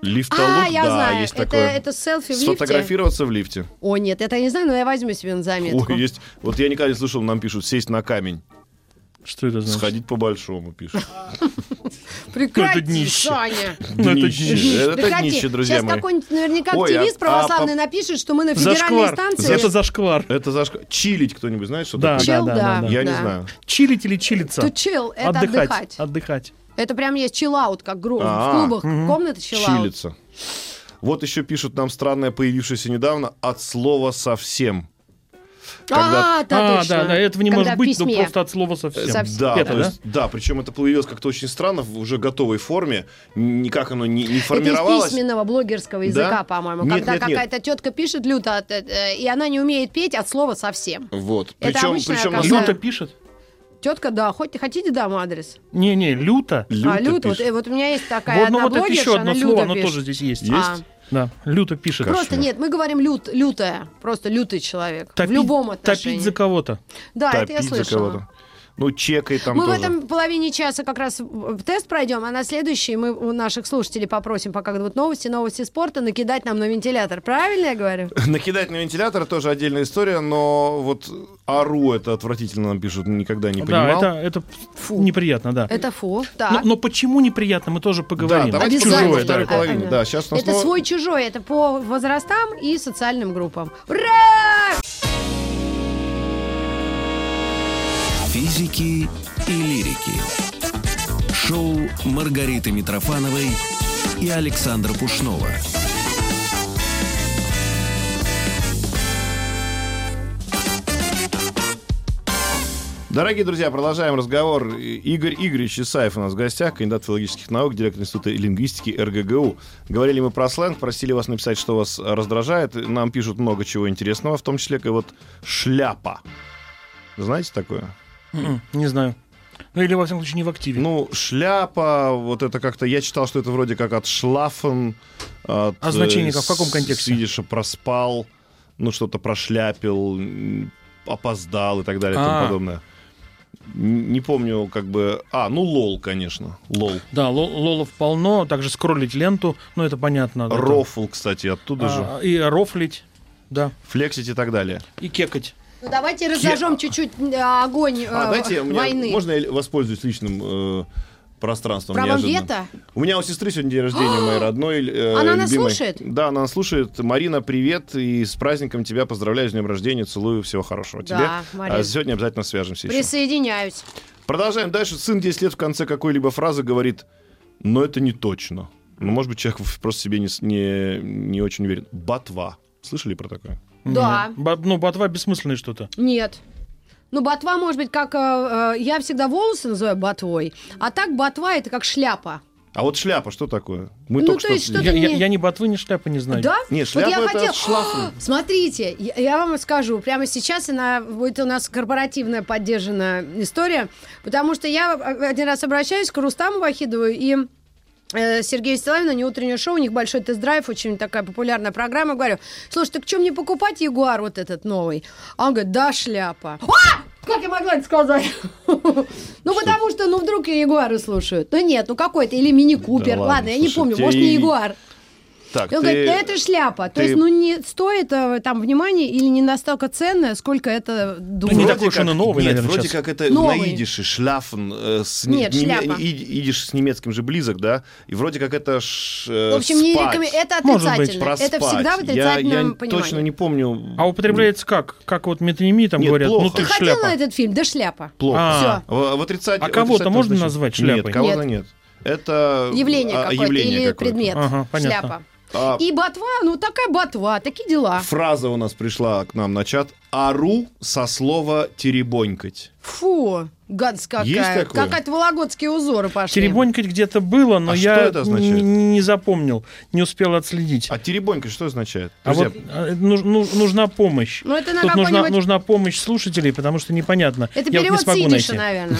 S2: Лифтолук,
S1: А, я
S2: да,
S1: знаю,
S2: есть
S1: это,
S2: такое.
S1: это селфи в лифте.
S2: Сфотографироваться в лифте.
S1: О, нет, это я не знаю, но я возьму себе на заметку.
S2: Ой, есть. Вот я никогда не слышал, нам пишут сесть на камень,
S3: Что это значит?
S2: сходить по большому, пишут.
S1: Прекрати,
S3: Это днище.
S1: Саня.
S3: Ну, это
S2: Днище.
S3: днище.
S2: Это
S1: Да хотя-
S2: днище, друзья
S1: Сейчас
S2: мои.
S1: какой-нибудь наверняка
S2: Ой, а-
S1: активист
S2: а
S1: православный напишет, что мы на федеральной
S3: Зашквар.
S1: станции.
S3: Это зашквар.
S2: Это зашка. Чилить кто-нибудь знает, что
S3: Да,
S2: такое?
S1: Чел,
S3: да,
S1: да.
S3: да, да.
S2: Я не
S1: да.
S2: знаю.
S3: Чилить или чилиться?
S1: Тут чил, это
S3: отдыхать.
S1: отдыхать.
S3: Отдыхать.
S1: Это прям есть чиллаут, как гру-
S2: А,
S1: в клубах. Комната чиллаут.
S2: Чилиться. Вот еще пишут нам странное, появившееся недавно, от слова совсем. когда
S1: А, да,
S3: а,
S1: точно.
S3: да, да, этого не
S1: Когда
S3: может
S1: в
S3: быть, ну,
S1: письме.
S3: просто от слова совсем.
S1: Совсем.
S2: Да,
S3: Это,
S2: то
S3: да?
S2: есть, да, причем это появилось как-то очень странно, в уже готовой форме, никак оно не, не
S1: Это из
S2: формировалось.
S1: письменного блогерского
S2: Да?
S1: языка, по-моему.
S2: Нет,
S1: когда
S2: нет, нет.
S1: какая-то тетка пишет люто, от- э, и она не умеет петь от слова совсем.
S2: Вот.
S1: Это
S2: Причем,
S1: обычная
S2: причем на
S1: оказалось.
S2: самом
S3: Люто пишет?
S1: Тетка, да, хоть хотите, дам адрес.
S3: Не-не, люто.
S2: Люто
S1: а люд, вот,
S2: пишет.
S1: э, вот у меня есть такая
S3: Вот, ну
S1: одна
S3: вот это
S1: блогерша,
S3: еще
S1: она
S3: одно слово,
S1: люто
S3: оно
S1: пишет.
S3: тоже здесь есть.
S2: Есть?
S1: А.
S3: Да, люто пишет.
S2: Как?
S1: Просто
S2: Кошмар.
S1: нет, мы говорим лют, лютая, просто лютый человек.
S3: Топить-
S1: в любом отношении.
S3: Топить за кого-то.
S1: Да, это я
S2: топить за
S1: слышала.
S2: кого-то. Ну, чекай там
S1: мы
S2: тоже.
S1: в этом половине часа как раз в- в тест пройдем, а на следующий мы у наших слушателей попросим, пока будут новости, новости спорта, накидать нам на вентилятор. Правильно я говорю?
S2: Накидать на вентилятор тоже отдельная история, но вот ару это отвратительно нам пишут, никогда не
S3: да,
S2: понимал.
S3: это, это
S1: Фу.
S3: неприятно, да.
S1: Это фу.
S3: Но,
S1: Так.
S3: но почему неприятно, мы тоже
S2: Да,
S3: поговорим.
S2: Ну, давайте
S1: Обязательно.
S2: чужое,
S3: да.
S2: второй половине. Да, сейчас у нас
S1: это
S2: снова-
S1: свой чужой, это по возрастам и социальным группам. Ура!
S4: Физики и лирики. Шоу Маргариты Митрофановой и Александра Пушнова.
S2: Дорогие друзья, продолжаем разговор. И- Игорь Игоревич Исаев у нас в гостях, кандидат филологических наук, директор Института лингвистики РГГУ. Говорили мы про сленг, просили вас написать, что вас э, раздражает. Нам пишут много чего интересного, в том числе и вот шляпа. Знаете такое?
S3: М-м, Не знаю. Ну или, во всяком случае, не в активе.
S2: Ну, шляпа, вот это как-то... Я читал, что это вроде как от шлафен. От,
S3: А значение
S2: э,
S3: как? В каком
S2: с-
S3: контексте?
S2: С идиша проспал, ну, что-то прошляпил, м, опоздал и так далее и
S3: А.
S2: тому подобное. Н- Не помню, как бы... А, ну, лол, конечно. Лол.
S3: Да, ло- лолов полно, также скроллить ленту, ну это понятно. да,
S2: Рофл, кстати, оттуда
S3: там.
S2: же.
S3: А, и рофлить, да,
S2: Флексить и так далее.
S3: и кекать.
S1: Ну давайте разожжем чуть-чуть э, огонь э,
S2: А, дайте, мне-
S1: войны.
S2: можно я воспользуюсь личным э, пространством
S1: Правом
S2: неожиданно?
S1: вето?
S2: У меня у сестры сегодня день рождения моей родной. э,
S1: Она нас
S2: любимой.
S1: слушает?
S2: Да, она нас слушает. Марина, привет. И с праздником тебя поздравляю, с днем рождения. Целую, всего хорошего тебе.
S1: Да, Марин.
S2: А Сегодня обязательно свяжемся еще.
S1: Присоединяюсь.
S2: Продолжаем дальше. Сын 10 лет в конце какой-либо фразы говорит, но это не точно. Ну, может быть, человек просто себе не, с- не, не очень уверен. Ботва. Слышали про такое?
S1: Да.
S3: Мгм. Бо- ну, ботва бессмысленное что-то.
S1: Нет. Ну, ботва может быть как... э, э, я всегда волосы называю ботвой, а так ботва это как шляпа.
S2: А вот шляпа, что такое? Мы
S1: Ну,
S2: только
S1: то
S2: что
S1: есть
S2: обсудили.
S3: Я,
S1: Что-то
S3: я-
S1: не-
S3: я ни ботвы, ни шляпы не знаю.
S1: Да?
S2: Нет, шляпа
S1: вот я
S2: это
S1: хотела...
S2: от шлафы.
S1: Смотрите, я, я вам скажу, прямо сейчас она будет у нас корпоративная поддержанная история, потому что я а, один раз обращаюсь к Рустаму Вахидову и э, Сергею Стилавину, они утреннее шоу, у них большой тест-драйв, очень такая популярная программа. Говорю, слушай, так что мне покупать Ягуар вот этот новый? А он говорит, да, шляпа. А! Как я могла это сказать? Ну, потому что, ну, вдруг и Ягуары слушают. Ну, нет, ну, какой-то, или мини-купер.
S2: Да ладно,
S1: Ладно, я не
S2: слушай,
S1: помню,
S2: тебе
S1: может, не
S2: и-
S1: Ягуар.
S2: Так,
S1: И он
S2: ты-
S1: говорит, да это шляпа. То
S2: ты-
S1: есть, ну, не стоит э, там внимания или не настолько ценное, сколько это
S3: Ну, не
S1: думает.
S2: Вроде
S3: такой уж он и
S2: как-
S3: новый,
S2: нет,
S3: наверное,
S2: вроде
S3: сейчас.
S2: как это
S1: Новый.
S2: на идише шляфн, э, с,
S1: Нет,
S2: неме-
S1: шляпа.
S2: и- идиш с немецким же близок, да? И вроде как это ш, э,
S1: В общем, не
S2: спать,
S1: рекомен- это
S3: Может быть,
S1: отрицательно. это
S2: проспать.
S1: всегда в
S2: Я- Я,
S1: отрицательном понимании.
S2: точно не помню.
S3: А употребляется как? Как вот метаними там
S2: Нет,
S3: говорят,
S2: плохо.
S3: ну ты
S1: Ты
S3: ж
S1: хотела
S3: шляпа.
S1: этот фильм? Да шляпа.
S2: Плохо.
S3: А,
S2: В, в отрицать-
S3: А
S2: в
S3: кого-то
S2: отрицательном
S3: можно
S2: значении-
S3: назвать шляпой?
S2: Нет, кого-то нет. Это
S1: Явление
S2: а,
S1: какое-то
S2: явление
S1: или
S2: какое-то.
S1: предмет.
S3: Ага, понятно.
S1: Шляпа.
S2: А,
S1: И ботва, ну, такая ботва, такие дела.
S2: Фраза у нас пришла к нам на чат. Ару со слова теребонькать.
S1: Фу, гадость какая.
S2: Есть такое?
S1: Какая-то вологодские узоры пошли.
S3: Теребонькать где-то было, но
S2: А
S3: я
S2: что это означает?
S3: н- не запомнил, не успел отследить.
S2: А теребонькать что означает?
S3: А
S2: Друзья,
S3: вот э, нуж- ну- нужна помощь.
S1: Ну, это на
S3: Тут нужна,
S1: какой-нибудь-
S3: нужна помощь слушателей, потому что непонятно.
S1: Это
S3: Я вот не
S1: перевод
S3: смогу
S1: Сидиша,
S3: найти.
S1: наверное.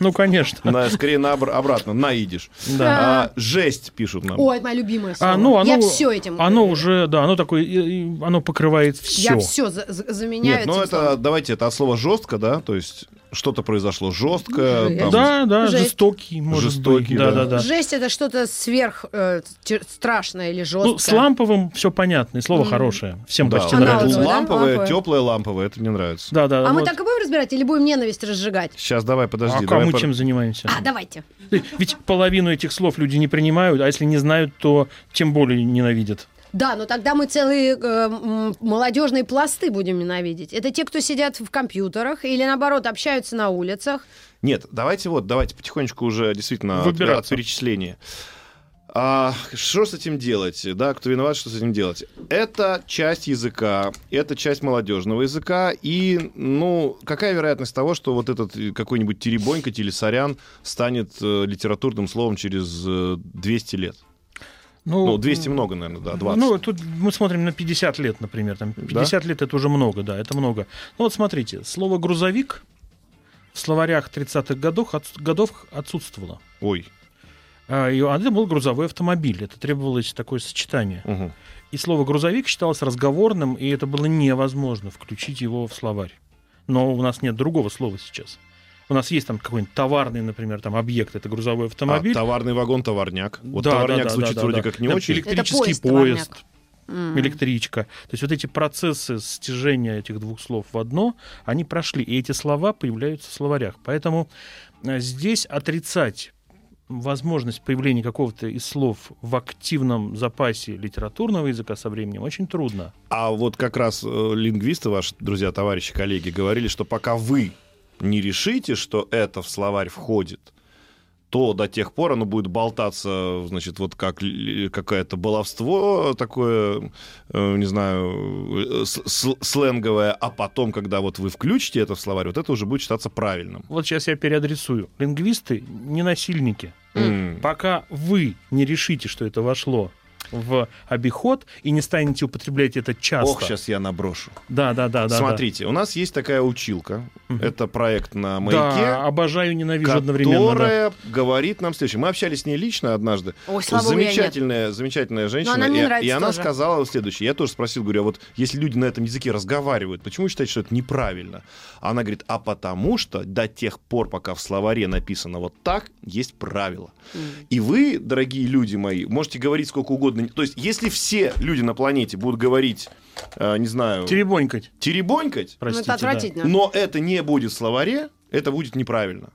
S3: Ну, конечно.
S2: на- скорее на, обр- обратно, на идиш.
S3: Да.
S2: А, жесть пишут нам.
S1: Ой, это мое любимое слово.
S3: А, ну, оно,
S1: Я все этим...
S3: Оно уже, да, оно такое, и- и оно покрывает все.
S1: Я все заменяю
S2: Нет, ну
S1: этим
S2: это,
S1: словом.
S2: давайте, это от слова жестко, да, то есть что-то произошло жестко,
S1: Жесть.
S2: там,
S3: Да, да,
S1: Жесть.
S3: жестокий, может
S2: Жестокий,
S3: быть. Да,
S2: да.
S3: да, да.
S1: Жесть это что-то сверх э, тер- страшное или жесткое.
S3: Ну, с ламповым все понятно, и слово хорошее. Всем
S2: Да,
S3: почти
S2: вот
S1: Аналоговое,
S3: нравится.
S2: это
S1: да?
S2: ламповое,
S1: Ламповое.
S2: теплое ламповое, это мне нравится.
S3: Да, да.
S1: а мы
S3: вот.
S1: так и будем разбирать или будем ненависть разжигать?
S2: Сейчас давай, подожди.
S3: а
S2: давай
S3: мы
S2: пор-
S3: чем занимаемся?
S1: А, давайте.
S3: Ведь половину этих слов люди не принимают, а если не знают, то тем более ненавидят.
S1: Да, но тогда мы целые э, м, молодежные пласты будем ненавидеть. Это те, кто сидят в компьютерах или наоборот общаются на улицах.
S2: Нет, давайте вот, давайте потихонечку уже действительно от,
S3: Выбираться.
S2: от перечисления. А, А что с этим делать? Да, кто виноват, что с этим делать? Это часть языка, это часть молодежного языка, и, ну, какая вероятность того, что вот этот э, какой-нибудь теребонька, телесарян станет э, литературным словом через э, 200 лет? Ну, 200 много, наверное, да, 20.
S3: Ну, тут мы смотрим на 50 лет, например. Там 50 лет это уже много, да, это много. Ну вот смотрите, слово грузовик в словарях 30-х годов, отс- годов отсутствовало.
S2: Ой.
S3: А, и Это был грузовой автомобиль. Это требовалось такое сочетание.
S2: Мгм. А,
S3: И слово грузовик считалось разговорным, и это было невозможно включить его в словарь. Но у нас нет другого слова сейчас. У нас есть там какой-нибудь товарный, например, там объект, это грузовой
S2: А
S3: автомобиль.
S2: товарный вагон, товарняк. Вот
S3: Да, да,
S2: товарняк
S3: да,
S2: звучит
S3: да, да,
S2: вроде
S3: да.
S2: как не
S3: Там
S2: очень.
S3: Электрический
S1: Это поезд,
S3: поезд, электричка. То есть вот эти процессы стяжения этих двух слов в одно, они прошли, и эти слова появляются в словарях. Поэтому э, здесь отрицать возможность появления какого-то из слов в активном запасе литературного языка со временем очень трудно.
S2: А вот как раз э, лингвисты, ваши друзья, товарищи, коллеги, говорили, что пока вы не решите, что это в словарь входит, то до тех пор оно будет болтаться, значит, вот как л- э, какое-то баловство такое, э, не знаю, э, с- с- сленговое, а потом, когда вот вы включите это в словарь, вот это уже будет считаться правильным.
S3: Вот сейчас я переадресую. Лингвисты не насильники.
S2: М.
S3: Пока вы не решите, что это вошло в обиход и не станете употреблять это часто.
S2: Ох, сейчас я наброшу.
S3: Да, да, да, да.
S2: Смотрите, у нас есть такая училка.
S3: Мгм.
S2: Это проект на
S3: да.
S2: маяке.
S3: Да, обожаю, ненавижу одновременно. да.
S2: которая говорит нам следующее. Мы общались с ней лично однажды.
S1: Ой, слава богу, я нет.
S2: замечательная, замечательная женщина.
S1: она мне
S2: и,
S1: нравится
S2: и она
S1: тоже.
S2: сказала следующее. Я тоже спросил, говорю, а вот если люди на этом языке разговаривают, почему считать, что это неправильно? Она говорит, а потому что до тех пор, пока в словаре написано вот так, есть правило. И вы, дорогие люди мои, можете говорить сколько угодно. То есть, если все люди на планете будут говорить, э, не знаю,
S3: Теребонькать,
S2: теребонькать,
S1: Ну,
S3: простите.
S1: это
S3: да.
S1: отвратительно.
S2: но это не будет в словаре, это будет неправильно.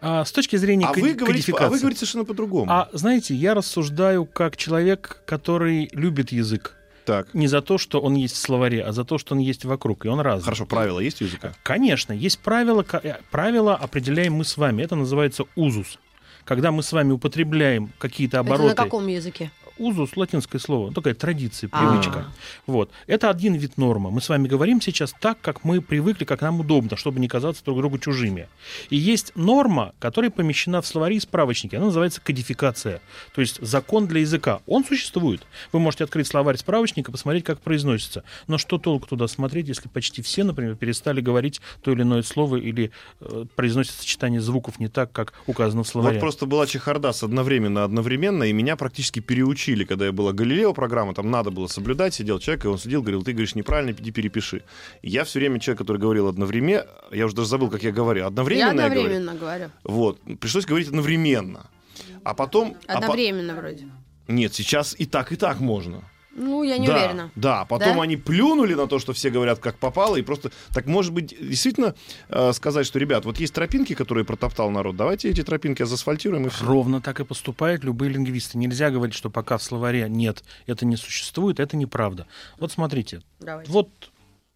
S3: А, с точки зрения
S2: А
S3: коди-
S2: вы, говорите, а
S3: кодификации.
S2: вы говорите совершенно по-другому.
S3: А, знаете, я рассуждаю как человек, который любит язык.
S2: Так.
S3: Не за то, что он есть в словаре, а за то, что он есть вокруг, и он разный.
S2: Хорошо, правила есть у языка?
S3: Конечно, есть правила, ко- э, правила определяем мы с вами. Это называется узус. Когда мы с вами употребляем какие-то
S1: Это
S3: обороты.
S1: на каком языке?
S3: Узус латинское слово, ну, такая традиция,
S1: А.
S3: привычка. Вот. Это один вид нормы. Мы с вами говорим сейчас так, как мы привыкли, как нам удобно, чтобы не казаться друг другу чужими. И есть норма, которая помещена в словари и справочники. Она называется кодификация. То есть закон для языка. Он существует. Вы можете открыть словарь справочника, посмотреть, как произносится. Но что толку туда смотреть, если почти все, например, перестали говорить то или иное слово или э, произносят сочетание звуков не так, как указано в словаре.
S2: Вот просто была чехарда с одновременно одновременно, и меня практически переучили, когда я была Галилео программа, там надо было соблюдать, сидел человек, и он сидел, говорил, ты говоришь неправильно, иди перепиши. И я все время человек, который говорил одновременно, я уже даже забыл, как я говорю, одновременно я,
S1: я
S2: говорю.
S1: одновременно говорю.
S2: Вот, пришлось говорить одновременно. А потом... а по-
S1: Одновременно вроде.
S2: Нет, сейчас и так, и так можно.
S1: Ну, я не
S2: да,
S1: уверена.
S2: Да, потом
S1: Да?
S2: они плюнули на то, что все говорят как попало, и просто... Так, может быть, действительно э, сказать, что, ребят, вот есть тропинки, которые протоптал народ, давайте эти тропинки заасфальтируем и все.
S3: Ровно так и поступают любые лингвисты. Нельзя говорить, что пока в словаре нет, это не существует, это неправда. Вот смотрите,
S1: Давайте.
S3: вот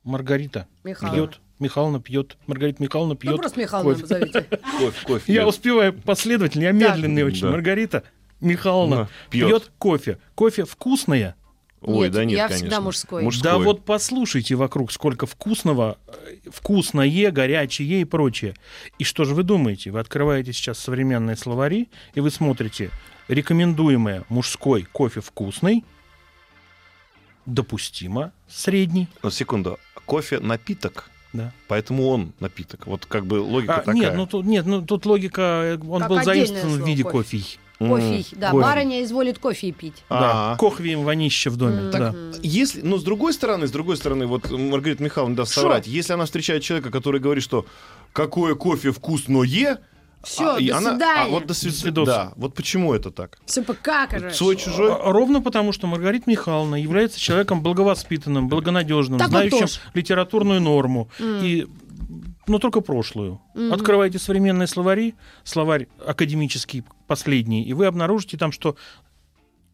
S3: Маргарита
S1: Михайловна.
S3: пьет, Михайловна пьет, Маргарита Михайловна пьет.
S1: Ну, просто Михайловна
S3: кофе.
S1: назовите.
S2: Кофе, кофе.
S3: Я
S2: пьёт.
S3: успеваю последовательно, я медленный
S2: Да.
S3: очень.
S2: Да.
S3: Маргарита Михайловна
S2: Да, пьёт.
S3: пьет кофе. Кофе вкусное.
S2: Ой,
S1: Нет,
S2: да нет,
S1: я
S2: конечно.
S1: всегда мужской.
S3: Да вот послушайте вокруг, сколько вкусного, э, вкусное, горячее и прочее. И что же вы думаете? Вы открываете сейчас современные словари, и вы смотрите рекомендуемое мужской кофе вкусный, допустимо средний.
S2: Ну, секунду. Кофе напиток,
S3: Да.
S2: поэтому он напиток. Вот как бы логика
S3: А,
S2: такая.
S3: нет, ну тут, нет, ну тут логика, э, он
S1: Как
S3: был
S1: отдельное
S3: заимствован в
S1: слово
S3: виде
S1: кофе.
S3: кофе.
S2: М.
S1: Кофе. Да,
S3: Кофе.
S1: барыня изволит кофе пить.
S3: Да.
S2: А.
S3: Кохвеем вонище в
S1: М.
S3: доме. да.
S2: Если, ну, с другой стороны, с другой стороны, вот Маргарита Михайловна даст
S1: Шо?
S2: соврать, если она встречает человека, который говорит, что какое кофе вкусное,
S1: Всё,
S2: и
S1: до
S2: она-
S1: свидания.
S2: а вот до свид-
S3: До свидоса.
S2: Да, вот почему это так?
S1: Все пока,
S2: Свой чужой.
S3: Р- А, Ровно потому, что Маргарита Михайловна является человеком благовоспитанным, благонадежным,
S1: Так вот
S3: знающим
S1: тоже.
S3: литературную норму. И, но только прошлую. Открывайте современные словари, словарь академический последний, и вы обнаружите там, что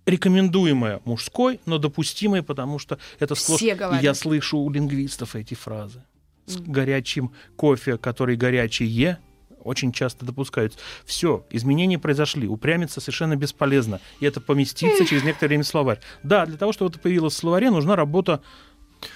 S3: рекомендуемое мужской, но допустимое, потому что это сплошь...
S1: Все говорят.
S3: Я слышу у лингвистов эти фразы. С горячим кофе, который горячее, очень часто допускаются. Все, изменения произошли, упрямиться совершенно бесполезно. И это поместится через некоторое время в словарь. Да, для того, чтобы это появилось в словаре, нужна работа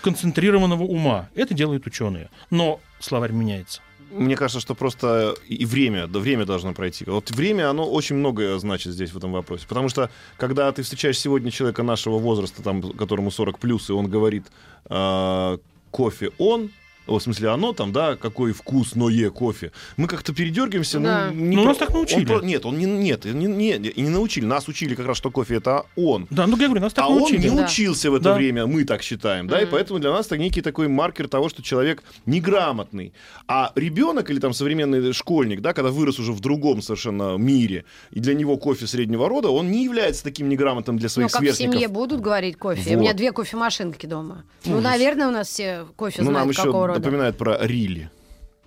S3: концентрированного ума. Это делают ученые. Но словарь меняется.
S2: Мне кажется, что просто и время, да время должно пройти. Вот время, оно очень многое значит здесь в этом вопросе. Потому что, когда ты встречаешь сегодня человека нашего возраста, там, которому 40 плюс, и он говорит, э, кофе он, о, в смысле, оно там, да, какой вкусное кофе. Мы как-то передергиваемся.
S1: Да.
S2: Ну, не
S3: Ну,
S2: про-
S3: нас так научили.
S2: он про- нет, он не, нет, не, не, и не научили. Нас учили как раз, что кофе это он.
S3: Да, ну я говорю, нас так
S2: а
S3: научили.
S2: он не
S1: Да.
S2: учился в это
S3: Да.
S2: время, мы так считаем, да, и поэтому для нас это некий такой маркер того, что человек неграмотный. А ребенок или там современный школьник, да, когда вырос уже в другом совершенно мире, и для него кофе среднего рода, он не является таким неграмотным для
S1: Ну,
S2: своих
S1: как в
S2: сверстников.
S1: семье будут говорить кофе. У
S2: Вот.
S1: меня две кофемашинки дома. Ну, наверное, у нас все кофе
S2: Ну,
S1: знают,
S2: нам еще
S1: какого рода.
S2: напоминают про Рилли.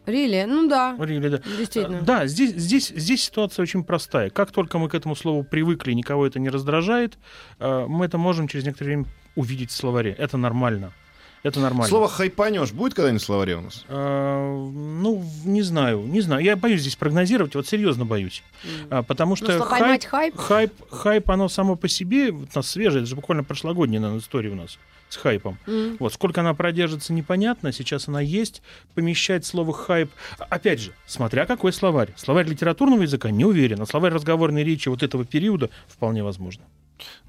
S1: Рили, ну да.
S3: Говорили, да.
S1: Действительно.
S3: Э, Да, здесь, здесь, здесь ситуация очень простая. Как только мы к этому слову привыкли, никого это не раздражает, э, мы это можем через некоторое время увидеть в словаре. Это нормально. Это нормально.
S2: Слово хайпанешь будет когда-нибудь в словаре у нас?
S3: Э, ну, в- не знаю, не знаю. Я боюсь здесь прогнозировать, вот серьезно боюсь. А, Потому
S1: Ну,
S3: что,
S1: что поймать хайп.
S3: хайп, хайп, оно само по себе, вот у нас свежее, это же буквально прошлогодняя наверное, история у нас с хайпом.
S1: М.
S3: Вот, сколько она продержится, непонятно. Сейчас она есть. Помещать слово «хайп». Опять же, смотря какой словарь. Словарь литературного языка не уверен, а словарь разговорной речи вот этого периода вполне возможно.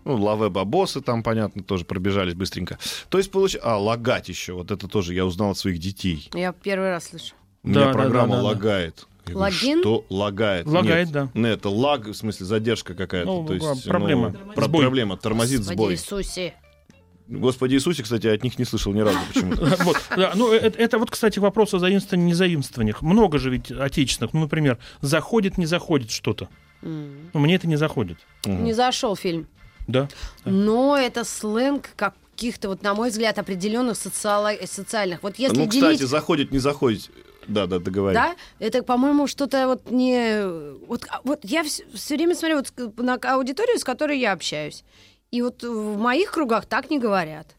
S2: Ну, лаве бабосы там, понятно, тоже пробежались быстренько. То есть, получ... а, лагать еще, вот это тоже я узнал от своих детей.
S1: Я первый раз слышу.
S2: У меня
S3: Да, да,
S2: программа
S3: да, да, да.
S2: лагает. Я говорю,
S1: Логин?
S2: Что лагает?
S3: Лагает,
S2: Нет,
S3: да.
S2: ну, это лаг, в смысле задержка какая-то.
S3: Ну,
S2: то есть,
S3: а, проблема.
S2: ну,
S3: Тормозит.
S2: про-
S3: Сбой.
S2: проблема, тормозит
S1: Господи
S2: сбой.
S1: Иисусе.
S2: Господи Иисусе, кстати, от них не слышал ни разу почему-то.
S3: Вот. Да, ну, э- это, это вот, кстати, вопрос о заимствовании, незаимствованиях. Много же ведь отечественных. Ну, например, заходит, не заходит что-то.
S1: М.
S3: Ну, мне это не заходит.
S2: Мгм.
S1: Не зашел фильм.
S3: Да. Да.
S1: Но это сленг каких-то, вот, на мой взгляд, определенных социала- социальных. Вот если
S2: Ну,
S1: делить...
S2: кстати, заходит, не заходит. Да, да, договори.
S1: Да? Это, по-моему, что-то вот не... Вот, а, вот я все, время смотрю вот ск- на к- аудиторию, с которой я общаюсь. И вот в моих кругах так не говорят.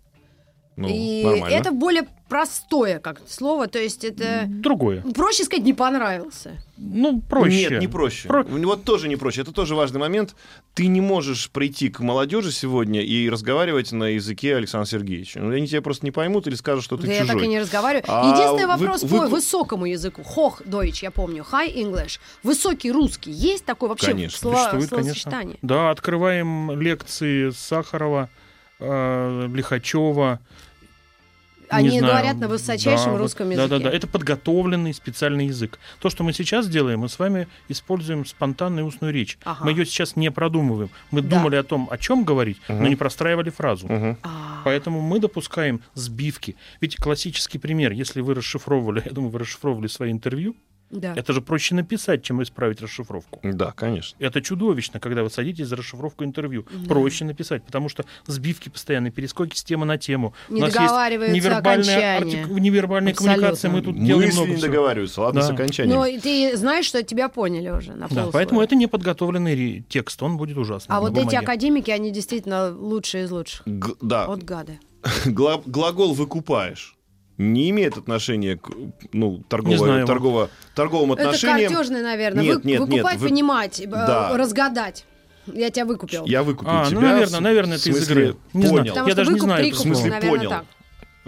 S2: Ну,
S1: И
S2: нормально.
S1: это более простое как слово. То есть это...
S3: Другое.
S1: Проще сказать, не понравился.
S3: Ну, проще.
S2: Нет, не проще.
S3: Про-
S2: Вот тоже не проще. Это тоже важный момент. Ты не можешь прийти к молодежи сегодня и разговаривать на языке Александра Сергеевича. Ну, они тебя просто не поймут или скажут, что Ну, ты
S1: да я так
S2: чужой.
S1: и не разговариваю.
S2: А
S1: Единственный
S2: вы-
S1: вопрос
S2: вы-
S1: по высокому языку. Хох, дойч, я помню. High English. Высокий русский. Есть такой вообще
S2: Конечно,
S1: слова-
S3: Существует,
S1: словосочетание?
S3: конечно. Да, открываем лекции Сахарова, э, Лихачева.
S1: Они
S3: не знаю,
S1: говорят на высочайшем
S3: да,
S1: русском
S3: вот,
S1: языке.
S3: Да, да, да. Это подготовленный специальный язык. То, что мы сейчас делаем, мы с вами используем спонтанную устную речь.
S1: Ага.
S3: Мы ее сейчас не продумываем. Мы
S1: Да.
S3: думали о том, о чем говорить, но
S2: Мгм.
S3: не простраивали фразу.
S2: Мгм.
S1: А,
S3: Поэтому мы допускаем сбивки. Ведь классический пример, если вы расшифровывали, я думаю, вы расшифровывали свои интервью,
S1: да.
S3: это же проще написать, чем исправить расшифровку.
S2: Да, конечно.
S3: Это чудовищно, когда вы садитесь за расшифровку интервью. Проще написать, потому что сбивки постоянные, перескоки с темы на тему.
S1: Не
S3: У нас есть
S1: договариваются
S3: невербальная,
S1: окончания.
S3: артик- невербальная
S1: Абсолютно.
S3: коммуникация, мы тут делаем
S2: Мысли
S3: много
S2: не
S3: всего.
S2: договариваются. Ладно,
S3: Да.
S2: с окончанием.
S1: Но ты знаешь, что тебя поняли уже на
S3: Да,
S1: полусловие.
S3: поэтому это неподготовленный ре- текст, он будет ужасный.
S1: А
S3: на
S1: вот эти
S3: бумаге.
S1: академики, они действительно лучшие из лучших.
S2: Г- да,
S1: Вот гады.
S2: Гла- глагол «выкупаешь» не имеет отношения к ну, торгово-
S3: Не знаю.
S2: торгово- торговым
S1: Это
S2: отношениям.
S1: картежные, наверное.
S2: Нет,
S1: Вы-
S2: нет, нет,
S1: Выкупать,
S2: вы-
S1: понимать, э,
S2: Да.
S1: разгадать. Я тебя выкупил.
S2: Я выкупил
S3: А,
S2: тебя.
S3: ну,
S2: в
S3: наверное,
S2: с-
S3: наверное, это
S2: в
S3: из
S2: смысле
S3: игры. Не
S2: понял.
S3: знаю.
S1: Потому
S3: я
S1: что
S3: даже не
S1: выкуп,
S3: знаю.
S1: прикуп,
S3: этого
S2: В смысле,
S3: слова.
S1: наверное,
S2: понял.
S1: так.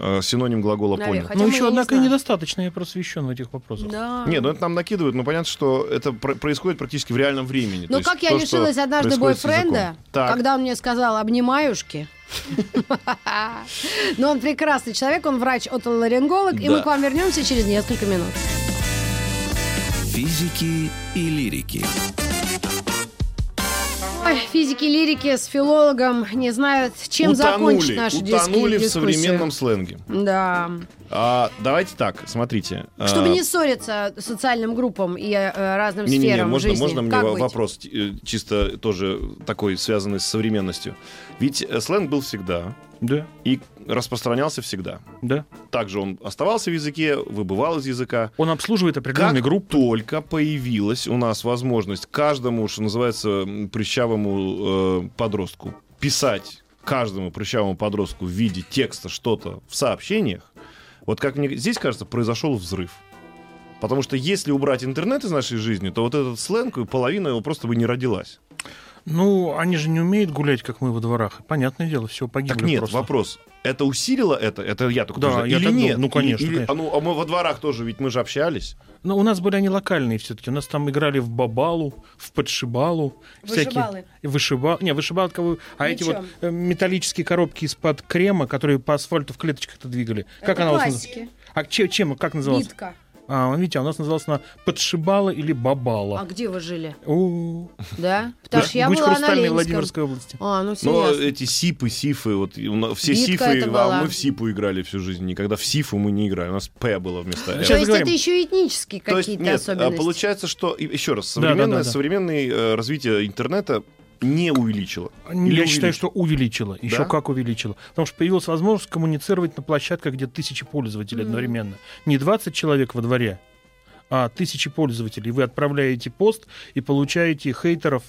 S2: Э, Синоним глагола
S1: Наверное,
S2: «понял».
S1: хотя
S3: Ну,
S1: мы и
S3: еще,
S1: не
S3: однако, и
S1: знаем.
S3: недостаточно я просвещен в этих вопросах.
S1: Да.
S2: Нет, ну это нам накидывают, но понятно, что это про- происходит практически в реальном времени. То
S1: Но
S2: есть
S1: Ну, как я
S2: то, что
S1: лишилась однажды
S2: происходит с
S1: бойфренда,
S2: языком. Так,
S1: когда он мне сказал «обнимаюшки». Но он прекрасный человек, он врач-отоларинголог, и мы
S2: Да.
S1: к вам вернемся через несколько минут.
S4: Физики и лирики.
S1: Ой, Физики лирики с филологом не знают, чем закончить нашу диски-
S2: утонули в
S1: дискуссию.
S2: современном сленге.
S1: Да.
S2: А, давайте так, смотрите.
S1: Чтобы
S2: а,
S1: не ссориться социальным группам и э, разным
S2: Не-не-не,
S1: сферам
S2: можно,
S1: жизни.
S2: можно мне
S1: Как
S2: во-
S1: быть?
S2: вопрос э, чисто тоже такой, связанный с современностью? Ведь э, сленг был всегда
S3: Да,
S2: и распространялся всегда.
S3: да.
S2: Также он оставался в языке, выбывал из языка.
S3: Он обслуживает определенные
S2: Как
S3: группы.
S2: только появилась у нас возможность каждому, что называется, м, прыщавому э, подростку писать каждому прыщавому подростку в виде текста что-то в сообщениях, вот как мне здесь кажется, произошел взрыв. Потому что если убрать интернет из нашей жизни, то вот этот сленг, половина его просто бы не родилась.
S3: Ну, они же не умеют гулять, как мы во дворах. Понятное дело, все погибло
S2: Так нет,
S3: ну просто.
S2: вопрос. Это усилило это? Это я только
S3: Да,
S2: тоже-
S3: я
S2: Или
S3: так думаю.
S2: нет?
S3: Ну,
S2: Или-
S3: конечно,
S2: или-
S3: конечно.
S2: а ну, а мы во дворах тоже, ведь мы же общались.
S3: Но у нас были они локальные все-таки. У нас там играли в бабалу, в подшибалу.
S1: Вышибалы.
S3: Всякие... Вышиба... Не, вышибалка... вы- А эти вот
S1: Мечом.
S3: э, металлические коробки из-под крема, которые по асфальту в клеточках-то двигали. как
S1: Это
S3: она у вас
S1: пластики.
S3: называлась? А че- чем, как называлась?
S1: Нитка.
S3: А, видите, а у нас называлась она подшибала или
S1: А
S3: бабала.
S1: где вы жили?
S3: У.
S1: Да? Потому
S3: Гусь-
S1: что А я
S3: Гусь
S1: была на
S3: хрустальный
S1: Ленинском.
S3: Владимирской области.
S1: А, ну все
S2: Но э,
S1: ясно.
S2: эти сипы, сифы, вот и у нас- все
S1: Битка
S2: сифы,
S1: это была.
S2: а мы в сипу играли всю жизнь. Никогда в сифу мы не играли. У нас П было вместо М.
S1: То
S3: Сейчас
S1: есть
S3: говорим.
S1: это еще и этнические
S2: То есть,
S1: какие-то
S2: нет, а,
S1: особенности.
S2: получается, что, и- еще раз,
S3: Да, да, да,
S2: современное,
S3: да.
S2: современное э, развитие интернета не увеличило. Или
S3: Я
S2: увеличило?
S3: считаю, что увеличило. Еще
S2: Да?
S3: как увеличило. Потому что появилась возможность коммуницировать на площадках, где тысячи пользователей одновременно. Не 20 человек во дворе, а тысячи пользователей. Вы отправляете пост и получаете хейтеров,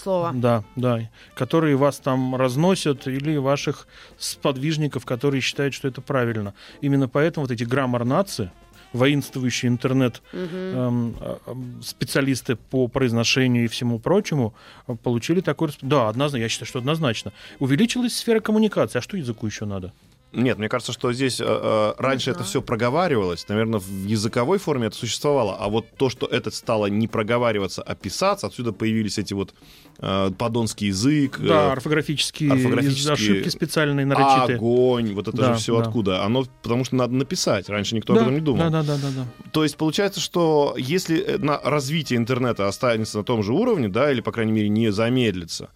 S1: Слово.
S3: да, да, которые вас там разносят, или ваших сподвижников, которые считают, что это правильно. Именно поэтому вот эти граммар нации, воинствующие интернет
S1: Мгм.
S3: эм, а, ам, специалисты по произношению и всему прочему а, получили такой расп- Да, однозначно, я считаю, что однозначно. Увеличилась сфера коммуникации. А что языку еще надо?
S2: Нет, мне кажется, что здесь э, э, раньше это
S1: знаю.
S2: все проговаривалось, наверное, в языковой форме это существовало, а вот то, что это стало не проговариваться, а писаться, отсюда появились эти вот э, подонский язык, э,
S3: Да, орфографические,
S2: орфографические-
S3: ошибки специальные нарочитые.
S2: огонь, вот это
S3: Да,
S2: же все
S3: да.
S2: откуда? Оно, потому что надо написать, раньше никто
S3: да,
S2: об этом не думал.
S3: Да, да, да, да, да.
S2: То есть получается, что если э, на развитие интернета останется на том же уровне, да, или, по крайней мере, не замедлится,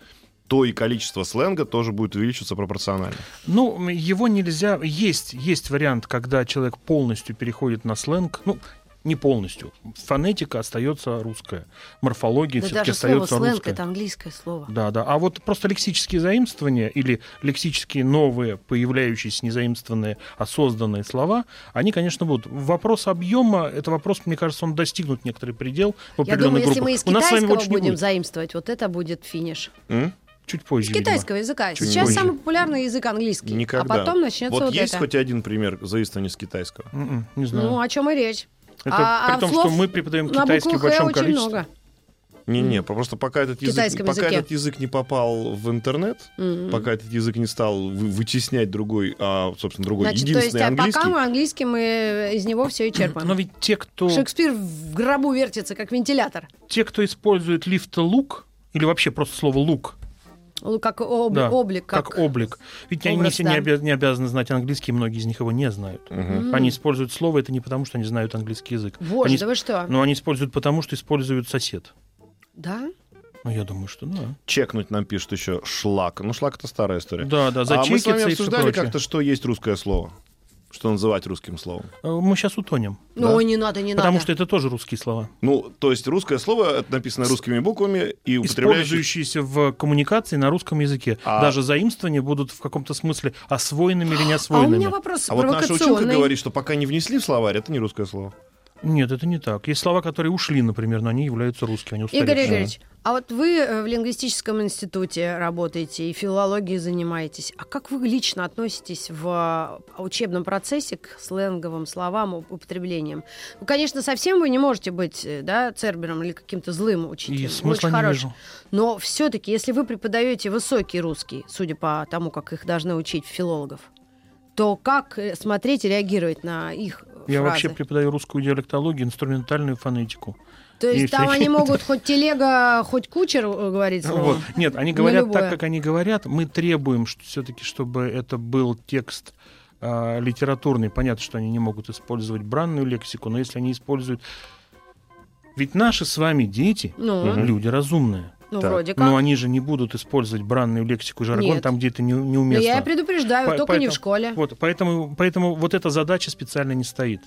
S2: то и количество сленга тоже будет увеличиваться пропорционально.
S3: Ну, м, его нельзя. Есть, есть вариант, когда человек полностью переходит на сленг. Ну, не полностью. Фонетика остается русская. Морфология
S1: Да
S3: все-таки
S1: даже слово
S3: остается
S1: сленг
S3: русская.
S1: это английское слово.
S3: Да, да. А вот просто лексические заимствования или лексические новые, появляющиеся, незаимствованные, а созданные слова, они, конечно, будут. Вопрос объема, это вопрос, мне кажется, он достигнут некоторый предел в
S1: Я
S3: определенной
S1: думаю,
S3: группе.
S1: если мы из
S3: У нас с вами
S1: китайского
S3: больше не
S1: будем
S3: будет.
S1: заимствовать, вот это будет финиш.
S2: М?
S3: Чуть
S1: Из
S3: позже, видимо.
S1: китайского языка.
S2: Чуть
S1: Сейчас
S2: позже.
S1: самый популярный язык английский.
S2: Никогда.
S1: А потом начнется
S2: вот,
S1: вот,
S2: есть
S1: это.
S2: хоть один пример заимствования с китайского?
S3: М-м, не знаю.
S1: Ну, о чем и речь.
S3: это
S1: а-
S3: при
S1: а
S3: том,
S1: слов
S3: что мы преподаем
S1: На букву
S3: китайский в большом
S1: «Х» очень
S3: количестве.
S1: много.
S2: Не-не, просто пока этот, язык,
S1: китайском
S2: пока
S1: языке. М-м.
S2: этот язык не попал в интернет,
S1: Мгм.
S2: пока этот язык не стал вы- вытеснять другой, а, собственно, другой,
S1: Значит, то
S2: единственный
S1: есть, а
S2: английский,
S1: пока мы английский, мы из него все и
S3: Но
S1: черпаем.
S3: ведь те, кто,
S1: Шекспир в гробу вертится, как вентилятор.
S3: те, кто использует лифт лук, или вообще просто слово лук,
S1: Ну, Как об-
S3: да,
S1: облик.
S3: как, облик. Ведь они не
S1: образ,
S3: все
S1: да.
S3: не, обяз- не обязаны знать английский, многие из них его не знают.
S2: Мгм.
S3: Они используют слово, это не потому, что они знают английский язык.
S1: Боже,
S3: они, Ну,
S1: да вы что?
S3: Но они используют потому, что используют сосед.
S1: Да?
S3: Ну, я думаю, что да.
S2: чекнуть нам пишут еще шлак. Ну, шлак — это старая история.
S3: Да, да,
S2: а мы с
S3: зачекиться
S2: вами
S3: и всё
S2: обсуждали
S3: прочее.
S2: как-то, что есть русское слово, что называть русским словом.
S3: Э, Мы сейчас утонем.
S1: Ну,
S2: Да.
S1: ой, не надо, не
S3: потому
S1: надо.
S3: что это тоже русские слова.
S2: Ну, то есть русское слово это написано русскими буквами и употребляющие...
S3: Использующиеся в коммуникации на русском языке.
S2: А-
S3: Даже заимствования будут в каком-то смысле освоенными или не
S1: А у
S3: освоенными.
S1: меня вопрос
S2: А вот наша училка
S1: провокационный.
S2: говорит, что пока не внесли в словарь, это не русское слово.
S3: Нет, это не так. Есть слова, которые ушли, например, но они являются русскими, они
S1: Игорь
S3: устаревшие.
S1: Игоревич, а вот вы э, в лингвистическом институте работаете и филологией занимаетесь. А как вы лично относитесь в э, учебном процессе к сленговым словам, уп- употреблениям? Ну, конечно, совсем вы не можете быть э, да, цербером или каким-то злым учителем.
S3: И
S1: Вы очень
S3: смысла не
S1: хороший.
S3: вижу.
S1: Но все-таки, если вы преподаете высокий русский, судя по тому, как их должны учить филологов, то как э, смотреть и реагировать на их э,
S3: Я
S1: фразы?
S3: вообще преподаю русскую диалектологию, инструментальную фонетику.
S1: То
S3: и
S1: есть там
S3: всякие-
S1: они могут хоть телега, хоть кучер э, говорить слово?
S3: Вот. Нет, они
S1: На
S3: говорят
S1: любое.
S3: так, как они говорят. Мы требуем все-таки, чтобы это был текст а, литературный. Понятно, что они не могут использовать бранную лексику, но если они используют... Ведь наши с вами дети,
S1: Ну,
S2: Мгм.
S3: люди разумные,
S1: ну
S2: Так.
S1: вроде как.
S3: но они же не будут использовать бранную лексику и жаргон
S1: Нет.
S3: там, где это не,
S1: Но
S3: неуместно.
S1: я и предупреждаю,
S3: По-
S1: только не
S3: поэтому-
S1: в школе.
S3: Вот, поэтому, поэтому вот эта задача специально не стоит.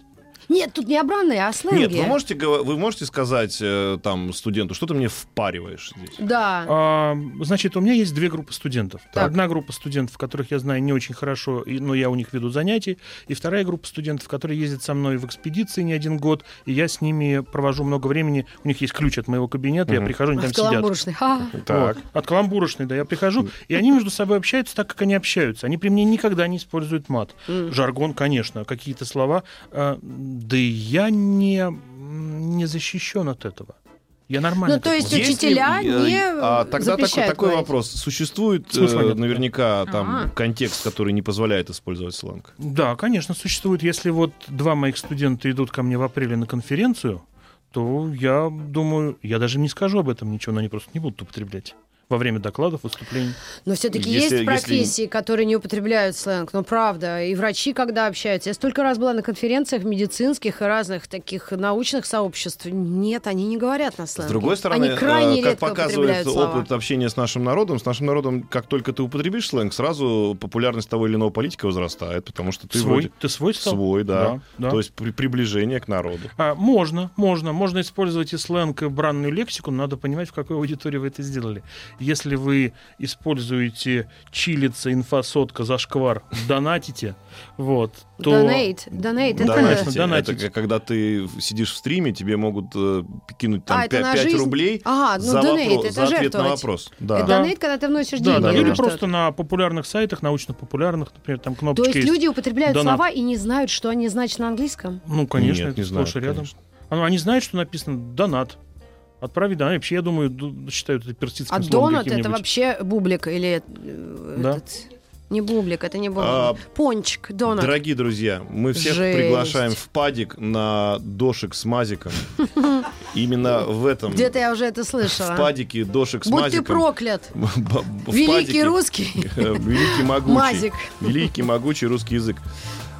S1: Нет, тут не обранные, а сленги.
S2: Нет, ну, вы можете, гов- вы можете сказать э, там студенту, что ты мне впариваешь здесь?
S1: Да.
S3: А, значит, у меня есть две группы студентов.
S1: Так.
S3: Одна группа студентов, которых я знаю не очень хорошо, и- но я у них веду занятия. И вторая группа студентов, которые ездят со мной в экспедиции не один год, и я с ними провожу много времени. У них есть ключ от моего кабинета, я
S2: Мгм.
S3: прихожу, они
S1: А
S3: там
S1: в
S3: сидят.
S1: каламбурочной. Ха.
S2: Так.
S3: Вот. От каламбурочной, да, я прихожу, и они между собой общаются так, как они общаются. Они при мне никогда не используют мат.
S1: М.
S3: Жаргон, конечно, какие-то слова. э, Да и я не, м, не защищен от этого. Я нормально.
S1: Ну, то
S3: к
S1: есть
S3: этому.
S2: Если,
S1: учителя
S2: э,
S1: не,
S2: а,
S1: э,
S2: тогда такой,
S1: запрещают
S2: такой
S1: говорить.
S2: вопрос. Существует э,
S3: Смысла нет, да.
S2: наверняка там
S1: Ага.
S2: контекст, который не позволяет использовать сленг.
S3: Да, конечно, существует. Если вот два моих студента идут ко мне в апреле на конференцию, то я думаю, я даже им не скажу об этом ничего, но они просто не будут употреблять во время докладов, выступлений.
S1: Но все-таки
S2: Если-
S1: есть
S2: если-
S1: профессии, которые не употребляют сленг. Ну, правда. И врачи, когда общаются. Я столько раз была на конференциях медицинских и разных таких научных сообществ. Нет, они не говорят на
S2: С
S1: сленге.
S2: другой стороны,
S1: они крайне
S2: э, как
S1: редко
S2: показывает
S1: употребляют слова.
S2: опыт общения с нашим народом, с нашим народом, как только ты употребишь сленг, сразу популярность того или иного политика возрастает, потому что ты
S3: свой,
S2: вроде
S3: ты свой стал?
S2: свой, да.
S3: Да, да.
S2: То есть при- приближение к народу.
S3: А, можно, можно. Можно использовать и сленг, и бранную лексику, но надо понимать, в какой аудитории вы это сделали. Если вы используете чилица, инфосотка, зашквар, донатите, вот, то...
S1: Донейт. Донейт.
S3: Ну,
S1: это...
S3: конечно,
S2: Донатить.
S3: донатить.
S2: Это к- когда ты в- сидишь в стриме, тебе могут э, кинуть там
S1: А, это
S2: 5,
S1: на жизнь?
S2: рублей
S1: Ага, ну,
S2: за,
S1: донейт,
S2: вопро-
S1: это
S2: за ответ на
S1: жертвовать.
S2: вопрос.
S1: Это
S2: Да.
S3: Да.
S1: донейт, когда ты вносишь
S3: Да,
S1: деньги.
S3: да,
S1: или
S3: или
S1: что-то.
S3: просто на популярных сайтах, научно-популярных, например, там
S1: То
S3: кнопочки
S1: есть люди употребляют
S3: Донат.
S1: слова и не знают, что они значат на английском?
S3: Ну, конечно,
S2: Нет,
S3: это
S2: не знаю,
S3: сплошь и рядом.
S2: конечно.
S3: А, Они знают, что написано «донат». Отправить донат. Вообще, я думаю, ду- считают это персидским
S1: А
S3: словом
S1: донат это
S3: каким-нибудь.
S1: вообще бублик или...
S3: Да.
S1: Да. не бублик, это не бублик.
S2: А,
S1: Пончик, донат.
S2: Дорогие друзья, мы всех
S1: Жесть.
S2: приглашаем в падик на дошик с мазиком. Именно в этом
S1: Где-то я уже это слышала.
S2: в падике дошик с
S1: Будь ты
S2: мазиком.
S1: проклят,
S2: Б- б- в
S1: великий
S2: падике.
S1: русский.
S2: Э, Великий могучий.
S1: Мазик.
S2: Великий могучий русский язык.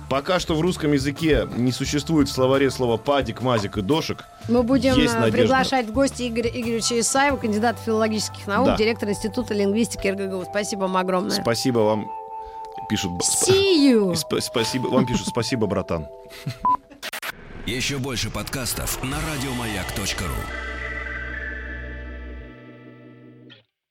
S2: Пока что в русском языке не существует в словаре слова падик, мазик и дошик.
S1: Мы будем
S2: Есть
S1: э,
S2: надежда.
S1: приглашать в гости Игоря Игоревича Исаева, кандидата филологических наук,
S2: Да.
S1: директора Института лингвистики РГГУ. Спасибо вам огромное.
S2: Спасибо вам, пишут. б-
S1: See you!
S2: Сп- Спасибо, вам пишут спасибо, братан.
S4: Еще больше подкастов на радиомаяк.ру.